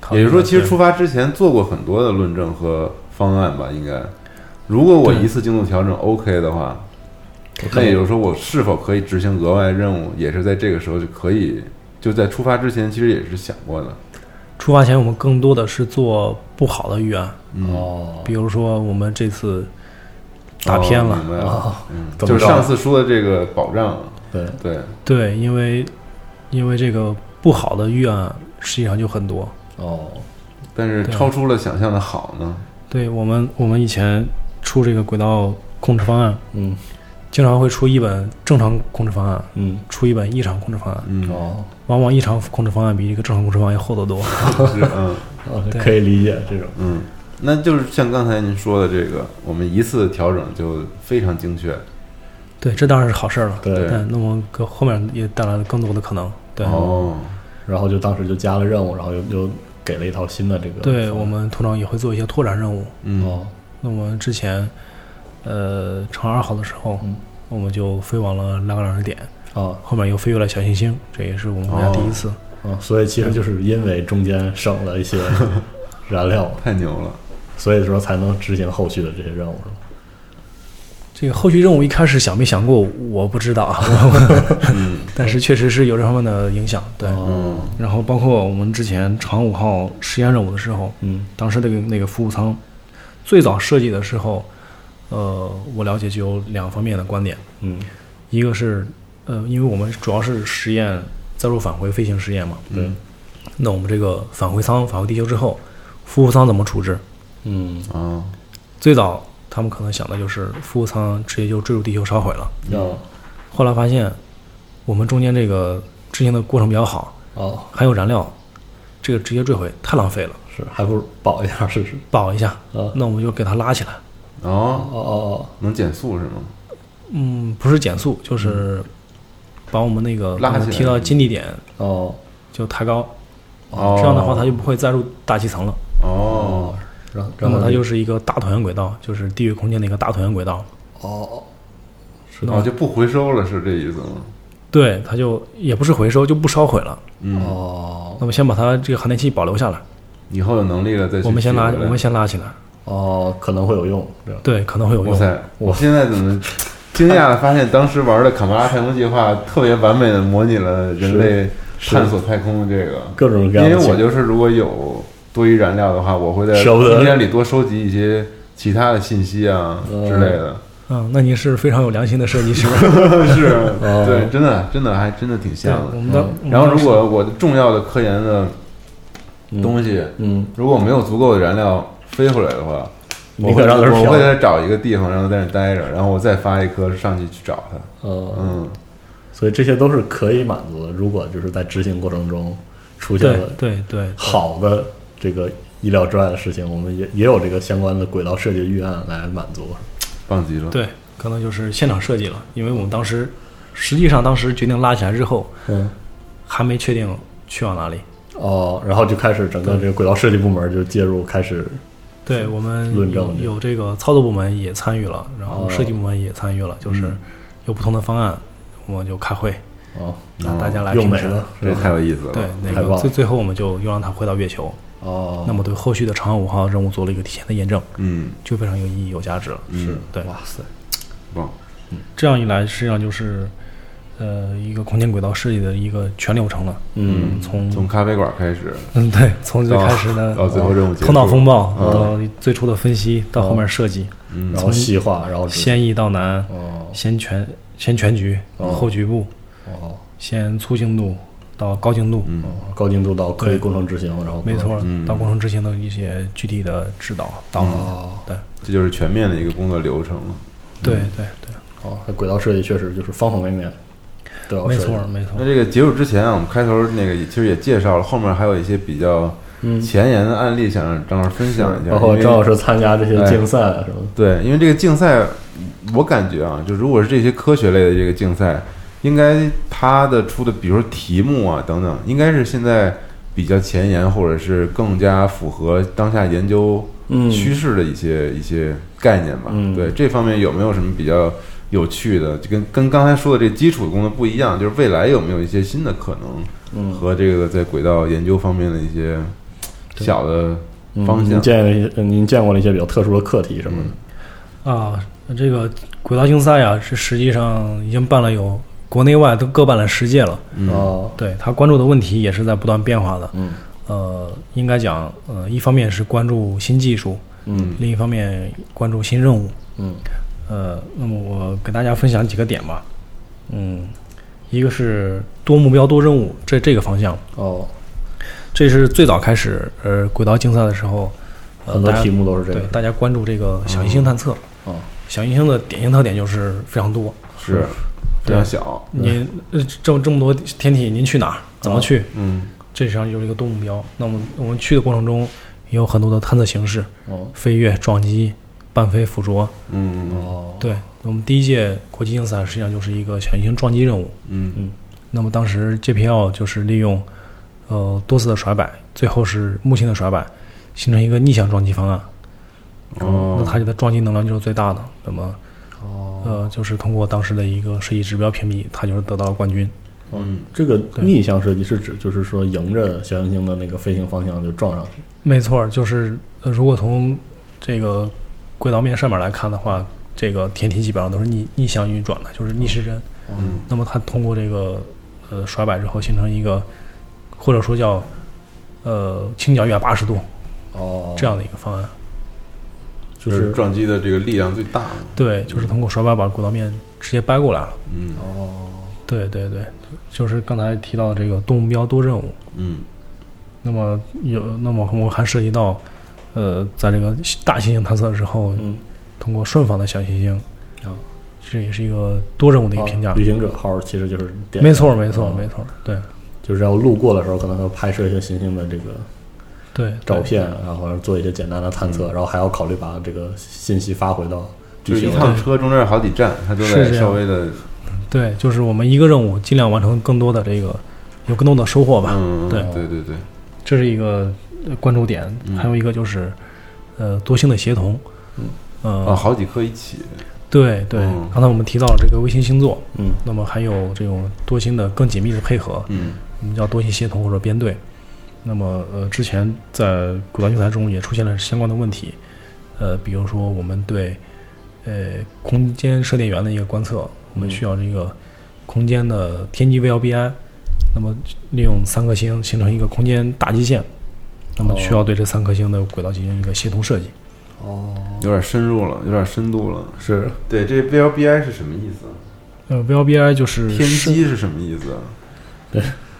C: 考
A: 也
C: 虑的。
A: 就是说，其实
C: 对
A: 出发之前做过很多的论证和方案吧？应该，如果我
C: 对
A: 一次精度调整 OK 的话，那也就是说，我是否可以执行额外任务，也是在这个时候就可以，就在出发之前，其实也是想过的。
C: 出发前，我们更多的是做不好的预案，
A: 嗯，
B: 哦
C: 比如说我们这次打偏了啊
A: 哦，明白了，
B: 哦，
A: 嗯，
B: 怎
A: 就
B: 么
A: 是
B: 着
A: 上次说的这个保障，
B: 对
A: 对，
C: 对，因为因为这个不好的预案实际上就很多。
B: 哦
A: 但是
C: 对
A: 超出了想象的好呢。
C: 对我们，我们以前出这个轨道控制方案，
B: 嗯
C: 经常会出一本正常控制方案，
B: 嗯
C: 出一本异常控制方案。
A: 嗯，
B: 哦
C: 往往异常控制方案比这个正常控制方案要厚得多。
A: 是嗯。
B: 哦
C: 对
B: 可以理解这种
A: 嗯，那就是像刚才您说的这个，我们一次调整就非常精确。
C: 对，这当然是好事儿了。
A: 对
B: 对，
C: 但那么搁后面也带来了更多的可能。对，
A: 哦，
B: 然后就当时就加了任务，然后又又给了一套新的这个
C: 对
B: 方
C: 我们通常也会做一些拓展任务。
A: 嗯
B: 哦
C: 那我们之前，呃，乘二号的时候，
B: 嗯
C: 我们就飞往了拉格朗日点，
B: 哦
C: 后面又飞越了小行星，这也是我们国家第一次。
B: 哦，所以其实就是因为中间省了一 些燃料，
A: 太牛了。
B: 所以说才能执行后续的这些任务，是吧？
C: 这个后续任务一开始想没想过，我不知 道啊，
A: 嗯
C: 但是确实是有这方面的影响。对，
B: 哦，
C: 然后包括我们之前长五号实验任务的时候，
B: 嗯
C: 当时那个那个服务舱最早设计的时候，呃，我了解就有两方面的观点，
B: 嗯，
C: 一个是呃，因为我们主要是实验载入返回飞行实验嘛，
B: 对，
C: 那我们这个返回舱返回地球之后，服务舱怎么处置？
B: 嗯，
A: 啊，
C: 最早他们可能想的就是服务舱直接就坠入地球烧毁了，
B: 要
C: 后来发现我们中间这个执行的过程比较好，
B: 哦
C: 含有燃料，这个直接坠毁太浪费了，
B: 是，还不如保一下试试
C: 保一下，
B: 啊。
C: 那我们就给它拉起来。
A: 哦，
B: 哦哦
A: 能减速是吗？
C: 嗯，不是减速，就是把我们那个
A: 拉
C: 把我们
A: 起来
C: 踢到近地点，
B: 哦哦，
C: 就抬高，
A: 哦
C: 这样的话它就不会再入大气层了。
A: 哦，
B: 让
C: 那
B: 让
C: 么它就是是一个大椭圆轨道，就是地域空间的一个大椭圆轨道。
B: 哦，
C: 是
A: 然后哦就不回收了，是这意思吗？
C: 对，它就也不是回收，就不烧毁了。
A: 嗯，
B: 哦
C: 那么先把它这个含电器保留下来，
A: 以后有能力了再去
C: 我们先拉，
A: 取回来
C: 我们先拉起来。
B: 哦，可能会有用，对吧？
C: 对，可能会有
A: 哇
C: 用。
A: 塞！我现在怎么惊讶的发现，当时玩的卡马拉太空计划特别完美的模拟了人类
B: 是
A: 探索太空的这个。
B: 各种各
A: 因为
B: 样的情况，
A: 我就是如果有多余燃料的话，我会在
B: 舍不得
A: 空间里多收集一些其他的信息啊
B: 嗯
A: 之类 的。
C: 嗯，那您是非常有良心的设计师。
A: 是，
B: 哦
A: 对，真的真的还真的挺
C: 对，
A: 像
C: 我
A: 的。嗯
C: 们的。我们
A: 然后
C: 当
A: 如
C: 时
A: 果我的重要的科研的东西，
B: 嗯，
A: 如果没有足够的燃料飞回来的话，我
B: 你
A: 会
B: 可让它
A: 我
B: 飘
A: 会，再找一个地方，然后在那儿待着，然后我再发一颗上去去找它。
B: 呃，
A: 嗯，
B: 所以这些都是可以满足的。如果就是在执行过程中出现
C: 对
B: 了
C: 对对，
B: 好的这个意料之外的事情，我们也也有这个相关的轨道设计预案来满足。
A: 棒极了。
C: 对，可能就是现场设计了，因为我们当时实际上当时决定拉起来之后，
B: 嗯，
C: 还没确定去往哪里。
B: 哦，然后就开始整个这个轨道设计部门就介入，开始
C: 对我们
B: 论证
C: 有
B: 这个
C: 有这个操作部门也参与了，然后
B: 哦嗯
C: 设计部门也参与了，就是有不同的方案，我们就开会，
B: 哦，
C: 让大家来
B: 用
C: 评
B: 哪
C: 审。
B: 个？
A: 这太有意思了。
C: 对，那
B: 太棒
C: 个
B: 了
C: 最最后我们就又让它回到月球，
B: 哦，
C: 那么对后续的长航五号任务做了一个提前的验证，
A: 嗯，
C: 就非常有意义、有价值了。
A: 嗯
C: 对，
B: 哇塞，
A: 棒。
C: 这样一来，实际上就是呃一个空间轨道设计的一个全流程了。
B: 嗯，
C: 从
A: 从咖啡馆开始，
C: 嗯，对，从最开始的
A: 到最后任务结束
C: 头脑风暴，到最初的分析，到后面设计，
A: 嗯
B: 然后细化，然后是
C: 先易到难，
B: 哦
C: 先全先全局，
A: 嗯
B: 哦
C: 后局部，
B: 哦
C: 先粗精度到高精度，
A: 嗯
B: 哦，高精度到可以工程执行，然后
C: 没错，
A: 嗯
C: 到工程执行的一些具体的指导导航。
B: 哦
C: 对，
A: 这就是全面的一个工作流程了。
C: 对对对，
B: 哦，它轨道设计确实就是方方面面都要
C: 没
B: 设计
C: 错没错
A: 那。这个结束之前啊，我们开头那个也其实也介绍了，后面还有一些比较前沿的案例，想让张老师分享一下。
B: 包括
A: 因为哎
B: 嗯哦张老师参加这些竞赛啊什么的，
A: 对，因为这个竞赛，我感觉啊，就如果是这些科学类的这个竞赛，应该它的出的，比如说题目啊等等，应该是现在比较前沿，或者是更加符合当下研究
B: 嗯
A: 趋势的一些、一些概念吧。
B: 嗯
A: 对这方面有没有什么比较有趣的？就跟跟刚才说的这基础工作不一样，就是未来有没有一些新的可能和这个在轨道研究方面的一些小的
B: 嗯
A: 方向
B: 您？见了一些，您见过了一些比较特殊的课题什么的，
C: 啊，这个轨道竞赛呀，是实际上已经办了有国内外都各办了十届了。
A: 嗯
B: 哦，
C: 对他关注的问题也是在不断变化的。
B: 嗯
C: 呃，应该讲，呃，一方面是关注新技术，
B: 嗯
C: 另一方面关注新任务。
B: 嗯
C: 呃，那么我给大家分享几个点吧。嗯，一个是多目标多任务，这这个方向，
B: 哦，
C: 这是最早开始呃轨道竞赛的时候，呃、
B: 很多
C: 大家
B: 题目都是这
C: 对
B: 个
C: 大家关注这个小行星探测。
B: 哦，
C: 小行星的典型特点就是非常多，
A: 是非常小。
C: 您呃这么这么多天体，您去哪儿？怎么去？
A: 嗯，
C: 这实际上就是一个多目标。那么我们去的过程中，也有很多的探测形式，
B: 哦
C: 飞跃、撞击、半飞、附着。
A: 嗯
B: 哦
C: 对，我们第一届国际竞赛实际上就是一个小行星撞击任务。
A: 嗯嗯
C: 那么当时 JPL 就是利用呃多次的甩摆，最后是木星的甩摆，形成一个逆向撞击方案。那
A: 哦，
C: 它的撞击能量就是最大的。那么
B: 哦，
C: 呃，就是通过当时的一个设计指标评比，它就是得到了冠军。
A: 嗯
B: 这个逆向设计是指就是说迎着小行星的那个飞行方向就撞上去，
C: 没错，就是呃如果从这个轨道面上面来看的话，这个天体基本上都是逆逆向运转的，就是逆时针。
A: 嗯
C: 那么它通过这个呃甩摆之后，形成一个或者说叫呃倾角一百八十度
B: 哦，
C: 这样的一个方案。
B: 就
A: 就是
B: 是
A: 撞击的这个力量最大。
C: 对，就是通过甩摆把轨道面直接掰过来了。
A: 嗯
B: 哦
C: 对对对，就是刚才提到的这个多目标多任务。
A: 嗯
C: 那么有，那么我还涉及到，呃，在这个大行星探测的时候，
B: 嗯
C: 通过顺访的小行星，
B: 啊，
C: 这也是一个多任务的一个评价
B: 哦。旅行者号其实就是点
C: 没错，没错，
B: 哦
C: 没错，对
B: 就是要路过的时候可能要拍摄一些行星的这个
C: 对，
B: 照
C: 对
B: 片，然后做一些简单的探
C: 嗯
B: 测，然后还要考虑把这个信息发回到
A: 就
B: 地
A: 是
B: 球
A: 一。趟车中间有好几站，它都
C: 是
A: 在
C: 这样
A: 稍微的
C: 对，就是我们一个任务尽量完成更多的这个有更多的收获吧。
A: 嗯，
C: 对
A: 对对对，
C: 这是一个呃关注点，还有一个就是呃多星的协同，嗯，
A: 啊，好几颗一起，
C: 对对
A: 嗯，
C: 刚才我们提到了这个卫星星座，
B: 嗯，
C: 那么还有这种多星的更紧密的配合，
A: 嗯
C: 我们叫多星协同或者编队。那么呃，之前在古玩竞赛中也出现了相关的问题，呃，比如说我们对呃空间射电源的一个观测，我们需要这个空间的天际 VLBI，那么利用三颗星形成一个空间大基线，那么需要对这三颗星的轨道进行一个协同设计。
B: 哦，
A: 有点深入了，有点深度了。
B: 是
A: 对，这 VLBI 是什么意思？
C: 呃，VLBI 就是
A: 天
C: 是
A: 机是什么意思？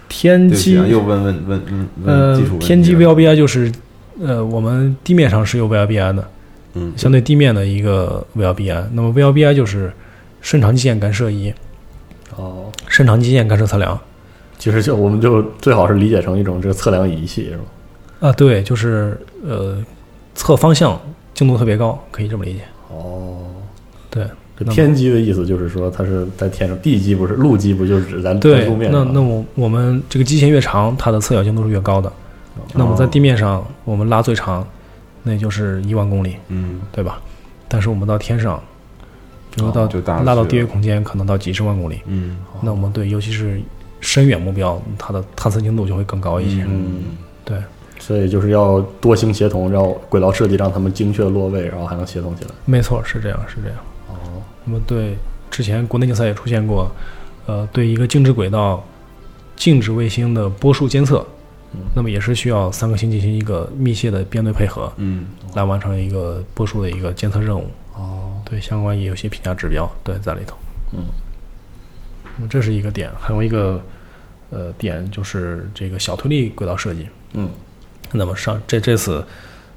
C: 天
A: 对不起
C: 机
A: 啊，又问问问问问
C: 呃
A: 技术，问题了。
C: 天机 VLBI 就是，呃，我们地面上是有 VLBI 的，
A: 嗯
C: 相对地面的一个 VLBI。那么 VLBI 就是深长基线干涉仪、
B: 哦，
C: 深长基线干涉测量
B: 其实就我们就最好是理解成一种这个测量仪器是吧？
C: 啊，对，就是呃，测方向精度特别高，可以这么理解。
B: 哦，
C: 对，
B: 这
C: 那么
B: 天机的意思就是说它是在天上，地基不是陆基不就是指咱咱
C: 对
B: 路，面
C: 那
B: 吗
C: 那我我们这个基线越长，它的测角精度是越高的。那么在地面上，我们拉最长，那就是一万公里。
A: 嗯，
C: 对吧？但是我们到天上，比如到、
A: 哦就大了
C: 拉到
A: 去
C: 地月
A: 了
C: 空间，可能到几十万公里。
A: 嗯
C: 那我们对，尤其是深远目标，它的探测精度就会更高一些。
B: 嗯，
C: 对，
B: 所以就是要多星协同，要轨道设计让他们精确落位，然后还能协同起来。
C: 没错，是这样，是这样。
B: 哦，
C: 那么对，之前国内竞赛也出现过，呃，对一个静止轨道、静止卫星的波束监测，那么也是需要三颗星进行一个密切的编队配合，
A: 嗯，
C: 来完成一个波束的一个监测任务。
B: 哦，
C: 对，相关也有一些评价指标，对，在里头。
B: 嗯
C: 嗯，这是一个点，还有一个呃点就是这个小推力轨道设计。
B: 嗯，
C: 那么上这这次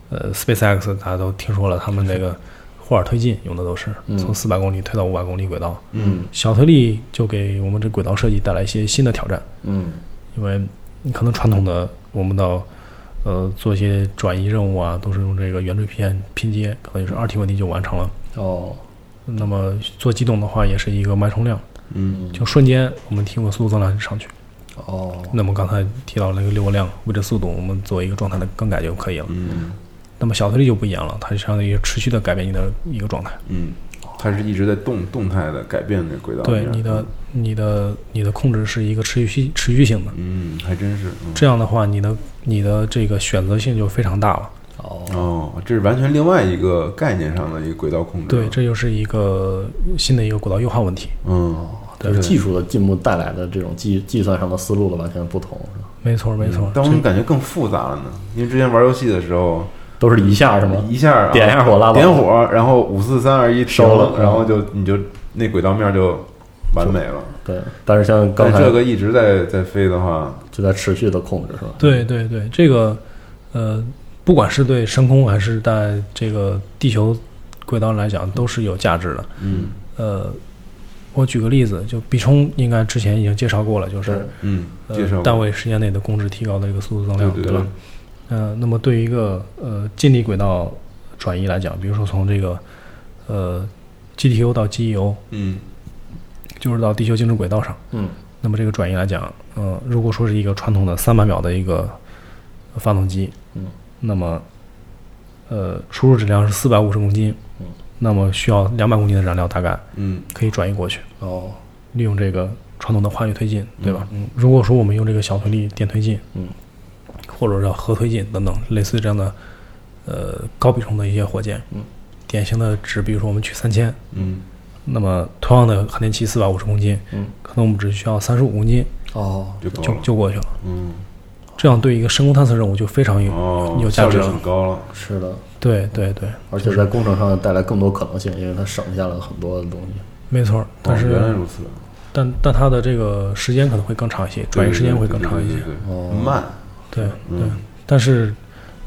C: 呃 SpaceX 大家都听说了，他们那个霍尔推进用的都是
B: 嗯
C: 从四百公里推到五百公里轨道，
B: 嗯
C: 小推力就给我们这轨道设计带来一些新的挑战，
B: 嗯
C: 因为你可能传统的我们到呃做一些转移任务啊，都是用这个圆锥片拼接，可能就是二体问题就完成了。
B: 哦
C: 那么做机动的话，也是一个脉冲量，
A: 嗯
C: 就瞬间我们提供的速度增长就上去。
B: 哦
C: 那么刚才提到了那个六个量位置速度，我们做一个状态的更改就可以了。
A: 嗯
C: 那么小推力就不一样了，它就相当于持续的改变你的一个状态，
A: 嗯，它是一直在动动态的改变这轨道。
C: 对啊你的，你的你的控制是一个持续持续性的。
A: 嗯，还真是。嗯
C: 这样的话，你的你的这个选择性就非常大了。
B: 哦
A: 哦，这是完全另外一个概念上的一个轨道控制。
C: 对，，这就是一个新的一个轨道优化问题。
A: 嗯，
B: 就是技术的进步带来的这种计计算上的思路的完全不同，是吧？
C: 没错，没错。
A: 但我怎么感觉更复杂了呢？因为之前玩游戏的时候，
B: 都是一下是
C: 嗯
B: 吗？
A: 一下啊
B: 点一下火拉倒
A: 点火，然后五四三二一停
B: 收了
C: 嗯
A: 然后就你就那轨道面就完美了。
B: 对，但是像刚
A: 但
B: 才
A: 这个一直在在飞的话，
B: 就在持续的控制，是吧？
C: 对对对，这个呃，不管是对深空还是在这个地球轨道来讲，都是有价值的。
A: 嗯
C: 呃，我举个例子，就比冲应该之前已经介绍过了，就是
A: 嗯，介绍
C: 呃
A: 过
C: 单位时间内的工值提高的一个速度增
A: 对
C: 量，
A: 对
C: 吧？呃，那么对于一个呃近地轨道转移来讲，比如说从这个呃 GTO 到 GEO，
A: 嗯
C: 就是到地球静止轨道上，
B: 嗯
C: 那么这个转移来讲，呃，如果说是一个传统的三百秒的一个发动机，
B: 嗯，
C: 那么呃输入质量是四百五十公斤，
B: 嗯，
C: 那么需要两百公斤的燃料大概
A: 嗯
C: 可以转移过去，
B: 哦
C: 利用这个传统的化学推进，对吧？嗯，如果说我们用这个小推力电推进，
B: 嗯，
C: 或者叫核推进等等，类似于这样的呃高比重的一些火箭，
B: 嗯，
C: 典型的值，比如说我们取三千，
A: 嗯
C: 那么同样的航天器四百五十公斤，
B: 嗯
C: 可能我们只需要三十五公斤
B: 哦
A: 就够
C: 就
A: 了，
C: 就过去了。
A: 嗯
C: 这样对一个深空探测任务就非常有、
A: 哦，
C: 有价
A: 效
C: 值
A: 率
C: 了
A: 很。高了。
B: 是的，
C: 对对对，
B: 而且在工程上带来更多可能性，因为它省下了很多的东西。
C: 没错儿。但
A: 哦
C: 是、
A: 原来如此，
C: 但但它的这个时间可能会更长一些，转移时间会更长一些。
A: 对，对对对对
B: 哦
A: 嗯慢。
C: 对对但是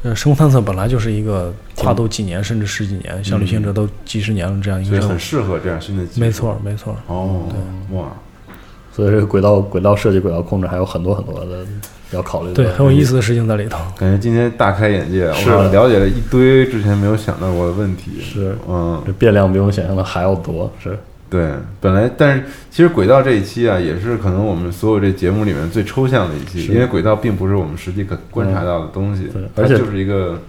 C: 呃，深空探测本来就是一个跨度几年甚至十几年，像旅行
A: 嗯
C: 者都几十年了这样一
A: 所
C: 个
A: 以
C: 任务
A: 很。适合这样新的技术。
C: 没错儿没错儿。
A: 哦，哇，
B: 所以这个轨道轨道设计、轨道控制还有很多很多的要考虑的。
C: 对，很有意思的事情在里头。
A: 感觉今天大开眼界，
B: 是
A: 我了解了一堆之前没有想到过的问题。
B: 是
A: 嗯，
B: 这变量比我们想象的还要多，是
A: 对，本来但是其实轨道这一期啊，也是可能我们所有这节目里面最抽象的一期，
B: 是嗯
A: 因为轨道并不是我们实际可观察到的东西，
B: 对
A: 它
B: 而且
A: 就是一个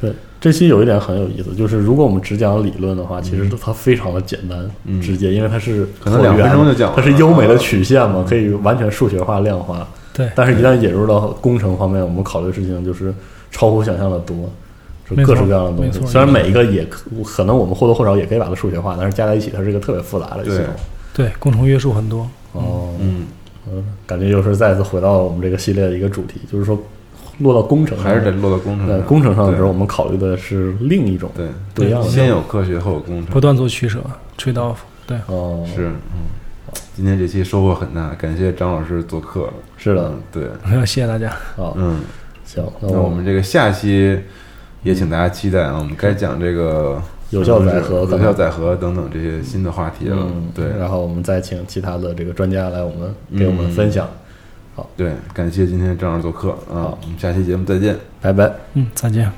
B: 对，这期有一点很有意思，就是如果我们只讲理论的话，其实它非常的简单、
A: 嗯
B: 直接，因为它是
A: 可能两
B: 椭圆
A: 分钟就讲完
B: 它
A: 了嗯
B: 是优美的曲线嘛，可以完全数学化、量化。
C: 对，
B: 但是，一旦引入到工程方面，我们考虑的事情就是超乎想象的多，是
C: 没错
B: 各式各样的东
C: 没
B: 西。
C: 错
B: 虽然每一个也可可能我们或多或少也可以把它数学化，但是加在一起，它是一个特别复杂的系
A: 对
B: 统。
C: 对，工程约束很多。
B: 哦，
A: 嗯，
B: 嗯，感觉又是再次回到我们这个系列的一个主题，就是说落到工程上
A: 还是得落到工程
B: 嗯在
A: 上。
B: 工程上的时候，
A: 对
B: 我们考虑的是另一种
A: 对
B: 不一样的
A: 先有科学后有工
C: 不
A: 程，
C: 断做取舍，trade off。对，
B: 哦，
A: 是嗯。今天这期收获很大，感谢张老师做客。
B: 是的
A: 嗯，对，
C: 谢谢大家。
B: 啊，
A: 嗯，
B: 行，那
A: 那我
B: 我
A: 们这个下期也请大家期待啊，我们该讲这个嗯
B: 有效载荷
A: 有
B: 可能
A: 效载荷等等这些新的话题了
B: 嗯。
A: 对，
B: 然后我们再请其他的这个专家来我们给我
A: 嗯
B: 们分享，
A: 对，感谢今天郑老师做客啊，我们下期节目再见。
B: 拜拜。
C: 嗯，再见。